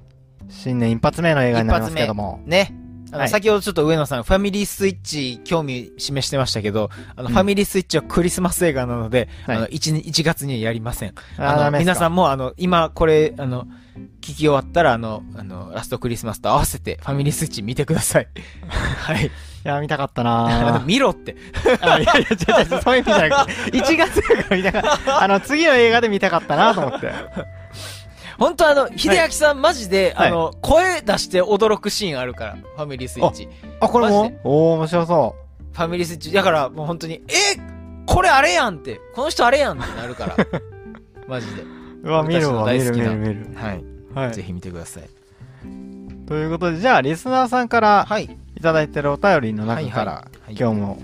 A: 新年一発目の映画になりますけども。
B: ね。あの
A: はい
B: 先ほどちょっと上野さん、ファミリースイッチ興味示してましたけど、あの、ファミリースイッチはクリスマス映画なので、
A: はい
B: あの 1, 1月にはやりません。
A: あー、
B: あ
A: ダメ
B: の
A: です
B: 皆さ
A: か。
B: んも、あの、今これ、あの、聞き終わったら、あの、あの、ラストクリスマスと合わせて、ファミリースイッチ見てくだ
A: [laughs]
B: さい。はい。
A: いや、見たかった
B: あ
A: な
B: の
A: ぁ。
B: 見ろって。
A: [laughs] あいやいや、違う違う、そういう意味じゃなくて、1月が見たか [laughs] った。あの、次の映画で見たかったなと思って。
B: 本当あの、秀明さん、マジで、
A: はい
B: あの、声出して驚くシーンあるから、ファミリースイッチ。
A: あ、これ
B: マ
A: も
B: ジで
A: おー、面白そ
B: ファミリースイッチ。だから、もう本当に、えこれあれやんって、この人あれやんってなる
A: [laughs]
B: から。マジで。
A: う。うわ、見るわ、見る
B: 私の大好き
A: 見
B: な
A: る見る。
B: はい。
A: は
B: ぜ
A: い。
B: ひ見てください。
A: ということで、じゃあ、リスナーさんから
B: はい。
A: いただいてるお便りの中から、
B: はい
A: 今日も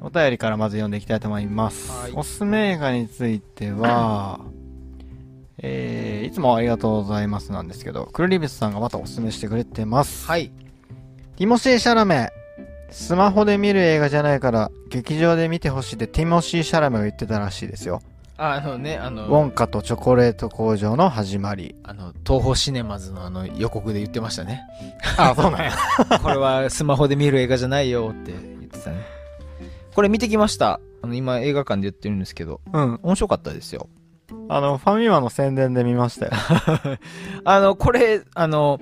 A: お便りからまず読んでいきたいと思います、
B: はい
A: おすすめ映画については、えー、いつもありがとうございますなんですけどクルリビスさんがまたおすすめしてくれてます、
B: はい。
A: ティモシー・シャラメスマホで見る映画じゃないから劇場で見てほしいってティモシー・シャラメが言ってたらしいですよ、
B: あのね、あ
A: ウォ
B: の、
A: ンカとチョコレート工場の始まり
B: あの、東宝シネマズのあの予告で言ってましたね。
A: あそうなんや
B: [laughs] これはスマホで見る映画じゃないよって言ってたね。これ見てきました。あの、今映画館で言ってるんですけど、
A: [laughs] うん
B: 面白かったですよ。
A: あのファミマの宣伝で見ましたよ
B: あの、これ、あの、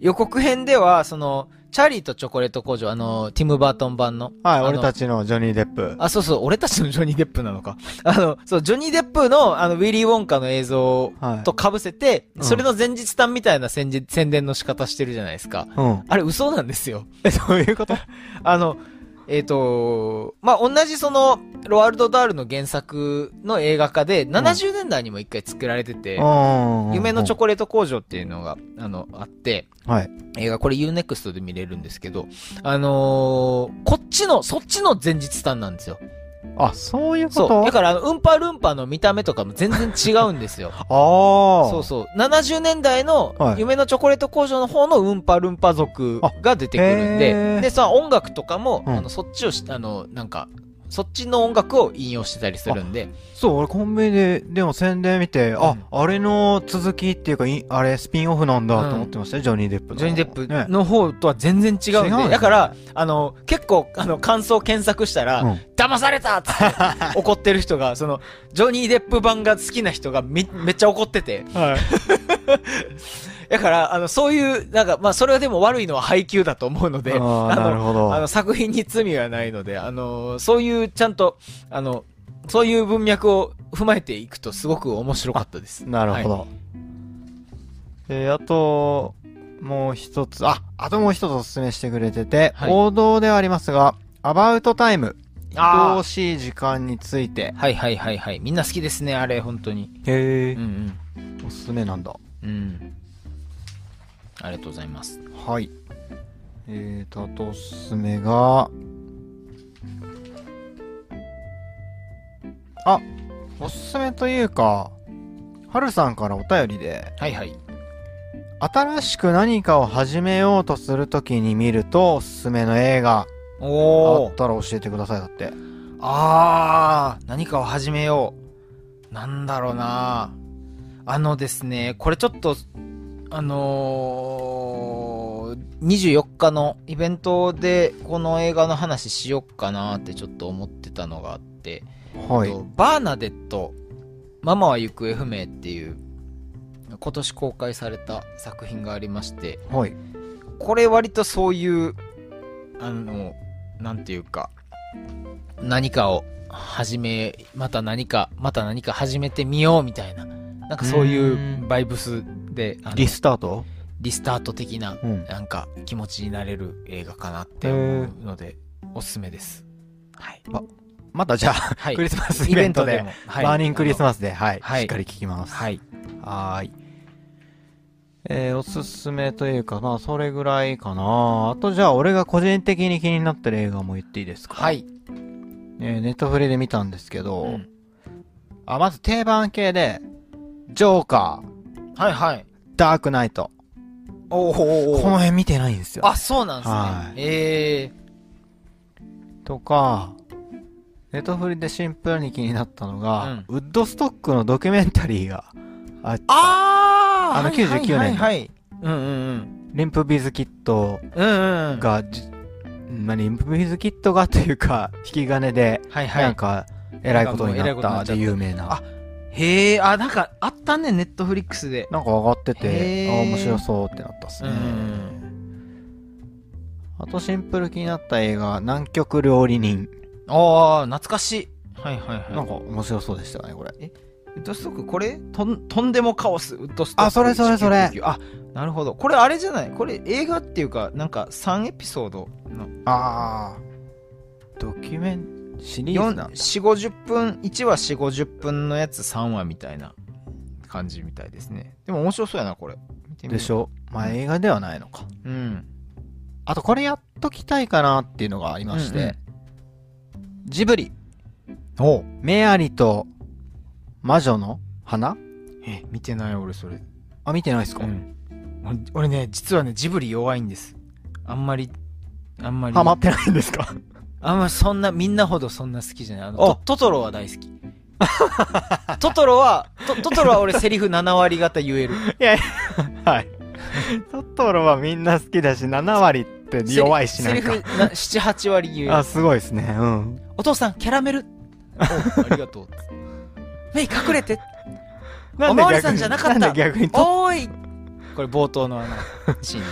B: 予告編では、その、チャーリーとチョコレート工場、あの、ティム・バートン版の。
A: はい
B: あの
A: 俺たちのジョニー・デップ
B: あ、そうそう、俺たちのジョニー・デップなのか。 [laughs] あの、そう、ジョニー・デップの、あの、ウィリー・ウォンカの映像
A: はい
B: と被せて、
A: うん
B: それの前日談みたいな宣じ宣伝の仕方してるじゃないですか。
A: うん
B: あれ、嘘なんですよ。 [laughs]
A: えどういうこと
B: あの、えっ、とまあ、同じその、ロワルド・ダールの原作の映画化で、70年代にも一回作られてて、夢のチョ
A: コ
B: コレート工場っていうのが、あの、あって、
A: はい。
B: 映画、これ UNEXT で見れるんですけど、あのーこっちの、そっちの前日談なんですよ。
A: あ、そういうこと
B: そう。だから、あのウンパルンパの見た目とかも全然違うんですよ。
A: [laughs] ああ。
B: そうそう。70年代の
A: はい
B: 夢のチョコレート工場の方のウンパルンパ族が出てくるん
A: あへ
B: で、
A: ー
B: で、さ、音楽とかも、
A: うん
B: あの、そっちをし、あの、なんか、そっちの音楽を引用してたりするんで、
A: そう、俺コンビニで、でも宣伝見て、あ、あれの続きっていうか、いあれスピンオフなんだと思ってましたよ、ジョニー・デップの。
B: ジョニー・デップ
A: ね。
B: の方とは全然違うんで、
A: 違うんだ
B: だから、あの、結構、あの、感想検索した
A: [laughs]
B: ら、
A: うん
B: 騙されたっつって怒ってる人が、その、ジョニー・デップ版が好きな人がめめっちゃ怒ってて、
A: はい。
B: だから、あの、そういう、なんか、まあ、それはでも悪いのは配給だと思うの [laughs] で、
A: あーなるほど。
B: あ
A: は
B: の作品に罪はないので、あのそういうちゃんと、あのそういう文脈を踏まえていくとすごく面白かったです。
A: いなるほ
B: はい
A: ど。えーあと、もう一つ、あ、あともう一つおすすめしてくれてて、
B: はい
A: 王道ではありますが、アバウトタイム。
B: あー
A: 愛おしい時間について。
B: はいはいはいはい。みんな好きですね、あれ、本当に。
A: へ
B: う。ん
A: おすすめなんだ。
B: うん。うん。ありがとうございます。
A: はい。えーと、あとおすすめが、あ、おすすめというか、はるさんからお便りで、
B: はいはい。
A: 新しく何かを始めようとするときに見るとおすすめの映画あ
B: お
A: っ。たら教えてくださいだって。
B: あー、何かを始めよう。なんだろうなあのですね、これちょっと、あのー、24日のイベントでこの映画の話しよっかなってちょっと思ってたのがあって、
A: は
B: えっ
A: い。
B: とバーナデット、ママは行方不明っていう、今年公開された作品がありまして、
A: はい。
B: これ割とそういうあのなんていうか何かを始めまた何かまた何か始めてみようみたいななんかそういううんバイブスであの
A: リ
B: リ
A: スタート
B: スタート的な
A: うん。
B: なんか気持ちになれる映画かなって思うのでおすすめですはい、
A: またじゃあ、
B: はい
A: クリスマス
B: イ
A: イ
B: ベ
A: ベ
B: ン
A: ン
B: ト
A: ト
B: で
A: で、
B: も、
A: バーニングクリス
B: マ
A: マスで、はい。
B: はい
A: しっかり聞きます。
B: はい
A: はーい。えー、おすすめというか、まあ、それぐらいかな。あと、じゃあ、俺が個人的に気になってる映画も言っていいですか
B: はい、
A: えーネットフリで見たんですけど、
B: うん
A: あ、まず定番系で、ジョーカー、
B: はいはい
A: ダークナイト。
B: おおお
A: こ
B: お
A: の辺見てないんですよ。
B: あそうなんですね、
A: はい
B: ええ
A: とか、ネットフリでシンプルに気になったのが、ウッドストックのドキュメンタリーがあ
B: あ
A: あの
B: はい
A: 99年の
B: はいはいうんうん
A: リンプビズキット
B: うんうんうん
A: がじ、まあ、リンプビズキットがというか引き金で
B: はいは
A: なん
B: い
A: かえらいことになったで有名な
B: あへえあなんかあったねネットフリックスで
A: なんか上がってて
B: へ
A: あ
B: ー
A: 面白そうってなったっす
B: う
A: ね、
B: んうん
A: あとシンプル気になった映画「南極料理人
B: ああ懐かしいはいはい」
A: なん
B: は
A: か面白そうでしたねこれ
B: いウッドストックこれとんとんでもカオスウッドストック
A: あそれそれそれ
B: 1999あなるほどこれあれじゃないこれ映画っていうかなんか3エピソードの
A: ああドキュメンシリーズなんだ
B: 4 5 0分1話4 5 0分のやつ3話みたいな感じみたいですねでも面白そうやなこれ見てみよ
A: で
B: う
A: しょまあ映画ではないのか
B: うん
A: あとこれやっときたいかなっていうのがありまして、
B: うんうん
A: ジブリ
B: お
A: 「メアリと魔女の花
B: え見てない俺それ、」
A: あ見てないですか、
B: ん、俺俺ね実はねジブリ弱いんですあんまりあんまり
A: ハマってないんですか
B: あんまりそんなみんなほどそんな好きじゃないあの
A: お
B: トトトロは大好き [laughs] トトロはトトトロは俺セリフ7割方言え [laughs] る
A: はい [laughs] トトロはみんな好きだし7割って弱いしな
B: セ
A: ん
B: リフ
A: か
B: 78割言える
A: あすごいですねうん
B: お父さんキャラメルおありが [laughs] とうメイ隠れておまわりさんじゃなかった
A: なんで逆にト
B: おーいこれ冒頭のあのシーンで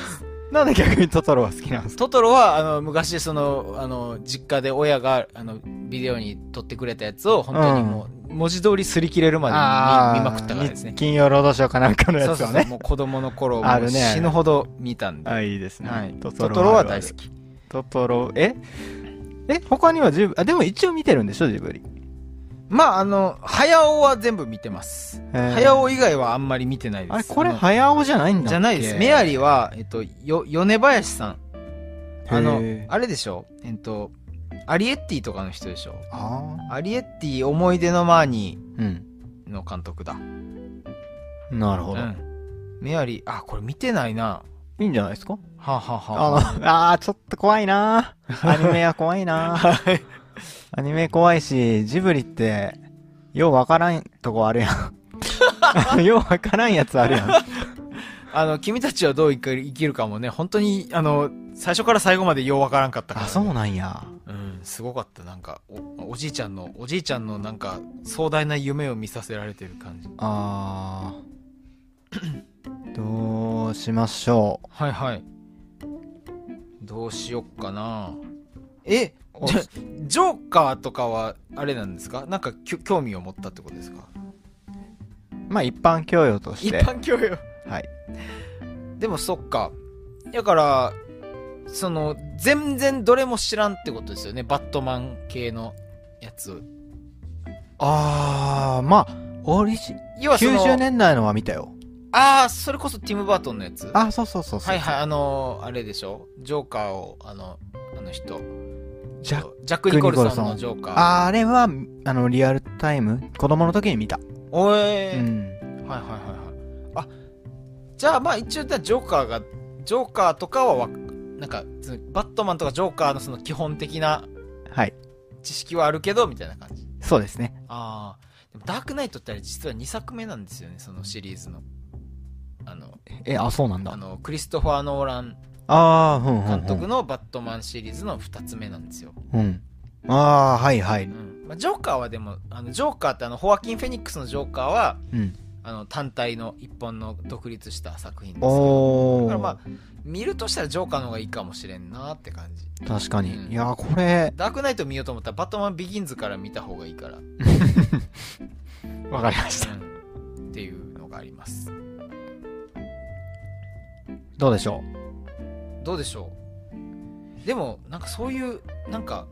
A: なんで逆にトトロは好きなんです
B: す
A: か
B: トトロはあの昔そのあの実家で親があのビデオに撮ってくれたやつを本当にもう文字通り擦り切れるまで見,、見まくったからですね
A: 金曜ロードショーかなんかの
B: そ
A: や
B: う
A: つ
B: そう
A: は
B: そう
A: ね
B: もう子供の頃
A: あ
B: もう
A: るね
B: 死ぬほど見たんで、
A: あいいですね、
B: はい
A: トト
B: ト
A: ロ
B: トロは大好き
A: トトロええ他にはジブあでも一応見てるんでしょジブリ
B: まああの早尾は全部見てます、
A: 早
B: 早尾以外はあんまり見てないです
A: あれこれ
B: あの
A: 早尾じゃないんだっけ
B: じゃないです。メアリーは、えっと、よ、米林さん。あの
A: へー、
B: あれでしょえっと、アリエッティとかの人でしょ
A: あ
B: アリエッティ思い出のマーニ
A: ーうん
B: ーの監督だ。
A: なるほど、
B: うんメアリー、あ、これ見てないな。
A: いいんじゃないですか
B: はあ、はあはあはあ、
A: あの、あーちょっと怖い [laughs] なーアニメは怖いなーアニメ怖いし、ジブリって、ようわからんとこあるや [laughs] ん。ようわからんやつあるやん。
B: あの、君たちはどう生きる生きるかもね、本当に、あの、最初から最後までようわからんかったから、
A: あ、そうなんや。
B: うん、すごかった。なんか、お、おじいちゃんの、おじいちゃんのなんか、壮大な夢を見させられてる感じ。
A: あー。どうしましょう。
B: はいはいどうしよっかなえ
A: お
B: じゃジョーカーとかはあれなんですかなんかきょ興味を持ったってことですか
A: まあ、一般教養とし
B: 一
A: て。
B: 般教養
A: はい。
B: でもそっかだからその全然どれも知らんってことですよねバットマン系のやつ
A: あー、まあ、オリジ、
B: 要はその
A: 90年代のは見たよ。
B: ああそれこそティム・バートンのやつ
A: あ、そうそうそうそう。
B: はいはいあのーあれでしょジョーカーをあのあの人
A: ジャッ
B: ジャック・ニコルソン
A: ニコルソ
B: の
A: ン
B: ジョーカー
A: あれは、あの、リアルタイム子供の時に見た。
B: おえー
A: うん。
B: はいはいはいはいあじゃあまあ一応じゃあジョーカーがジョーカーとかはわなんかそのバットマンとかジョーカーのその基本的な
A: はい。
B: 知識はあるけどみたいな感じ
A: そうですね。
B: ああでもダークナイトってあれ実は2作目なんですよねそのシリーズのあの
A: え、あ、そうなんだ。
B: あのクリストファー・ノーラン
A: ああ、うん、うん。
B: 監督のバットマンシリーズの2つ目なんですよ、
A: うん。ああ、はいは
B: う
A: い。
B: んまあ、ジョーカーはでもあのジョーカーってあのホアキン・フェニックスのジョーカーは
A: うん。
B: あの単体の一本の独立した作品ですけど
A: お
B: だ
A: お
B: から、まあ見るとしたらジョーカーの方がいいかもしれんなって感じ
A: 確かに。
B: うん
A: いやー、これ、
B: ダークナイト見ようと思ったらバットマンビギンズから見た方がいいから、
A: わかりまし。
B: うんっていうのがあります
A: どうでしょ
B: どうでしょうでもなんかそういうなんか、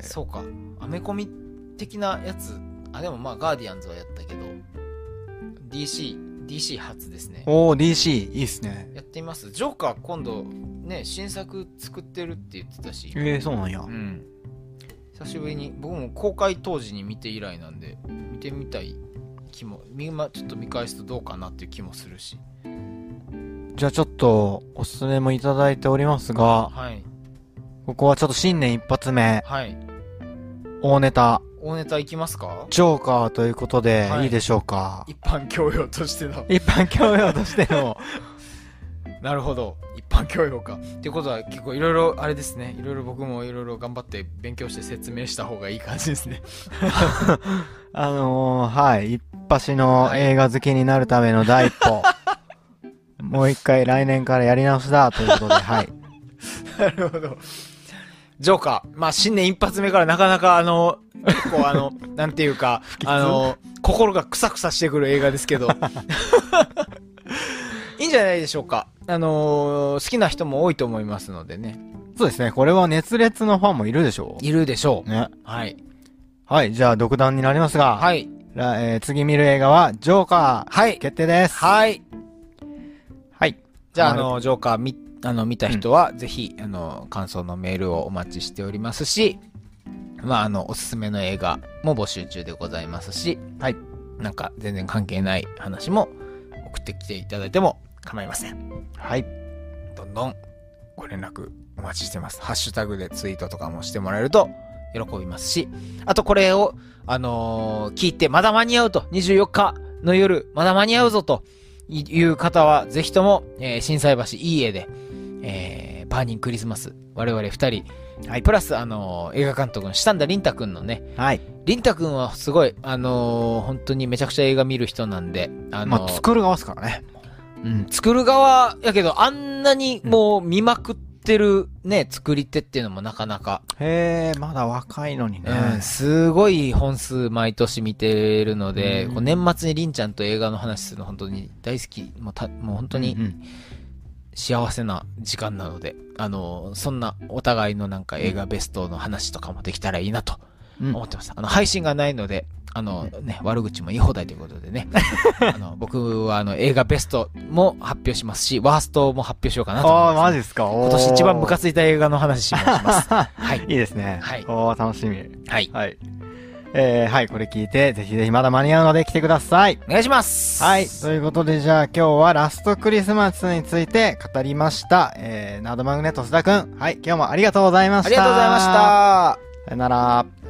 B: そうかアメコミ的なやつあでもまあガーディアンズはやったけど DCDC 初ですね
A: うおお DC、いいっすね。
B: やってみますジョーカー今度ね新作作ってるって言ってたし
A: ええー、そうなんや。う。
B: うんん、久しぶりに僕も公開当時に見て以来なんで見てみたい気もみまちょっと見返すとどうかなっていう気もするし
A: じゃあちょっと、おすすめもいただいておりますが、
B: はい
A: ここはちょっと新年一発目、
B: はい
A: 大ネタ、
B: 大ネタいきますか
A: ジョーカーということで、
B: はい
A: いいでしょうか
B: 一般教養としての。
A: 一般教養としての。
B: なるほど。一般教養か。ってことは結構いろいろあれですね。いろいろ僕もいろいろ頑張って勉強して説明した方がいい感じで
C: [laughs]
B: すね。
A: あのー、はい、一発の映画好きになるための第一
B: [laughs]
A: 歩。もう一回来年からやり直しだという
B: [laughs]
A: ことで、はい。
B: なるほど。
C: ジョーカー。まあ、新年一発目からなかなか、あの、結構あの、なんていうか、あの、心がクサクサしてくる映画ですけど。いいんじゃないでしょうか。あのー好きな人も多いと思いますのでね。
A: そうですね、これは熱烈のファンもいるでしょ
B: いるでしょ
A: う。ね。
B: う。はい。
A: はい、じゃあ独断になりますが、
B: はい。
A: らえー次見る映画は、ジョーカー。
B: はい。
A: 決定です。
B: はい。
A: はい。
B: じゃあ、あ
A: なる
B: の、ジョーカー見、あの、見た人は、ぜひ、あの、感想のメールをお待ちしておりますし、まあ、あの、おすすめの映画も募集中でございますし、
A: はい。
B: なんか、全然関係ない話も送ってきていただいても構いません。
A: はい。
B: どんどんご連絡お待ちしてます。ハッシュタグでツイートとかもしてもらえると喜びますし、あとこれを、あのー聞いて、まだ間に合うと、24日の夜、まだ間に合うぞという方は、ぜひとも、えー、震災橋いい家で、えーバーニングクリスマス、我々二人、はい、プラス、あのー映画監督の下田凛太くんのね、
A: はい。
B: 凛太くんはすごい、あのー本当にめちゃくちゃ映画見る人なんで、あのー
A: まあ、作る側ですからね。
B: うん、作る側やけど、あんなにもう見まくってるね、作り手っていうのもなかなか、
A: へえ、まだ若いのにね。
B: うん、すごい本数毎年見てるので、
A: うん
B: こう年末にりんちゃんと映画の話するの本当に大好き、もうたもう本当
A: う
B: に
A: ん
B: 幸せな時間なので、あの、そんなお互いのなんか映画ベストの話とかもできたらいいなと
A: うんうん
B: 思ってます。あの、配信がないので、あのね、悪口も言い放題ということで
A: [laughs]
B: ね。あの、僕はあの、映画ベストも発表しますし、ワーストも発表しようかなと思い
A: あ
B: ま
A: あ、
B: す。
A: マジですか。
B: 今
A: 今
B: 年一番
A: [laughs]
B: ムカついた映画の話もします。はい。
A: いいですね。
B: はい
A: おー楽しみ。
B: はい。
A: はい。えー、はい、これ聞いて、ぜひぜひまだ間に合うので来てください。
B: お願いします。
A: はい。ということで、じゃあ今日はラストクリスマスについて語りました。えー、ナードマグネット須田くん。はい、今日もありがとうございました。
B: ありがとうございまし。た。
A: さよなら。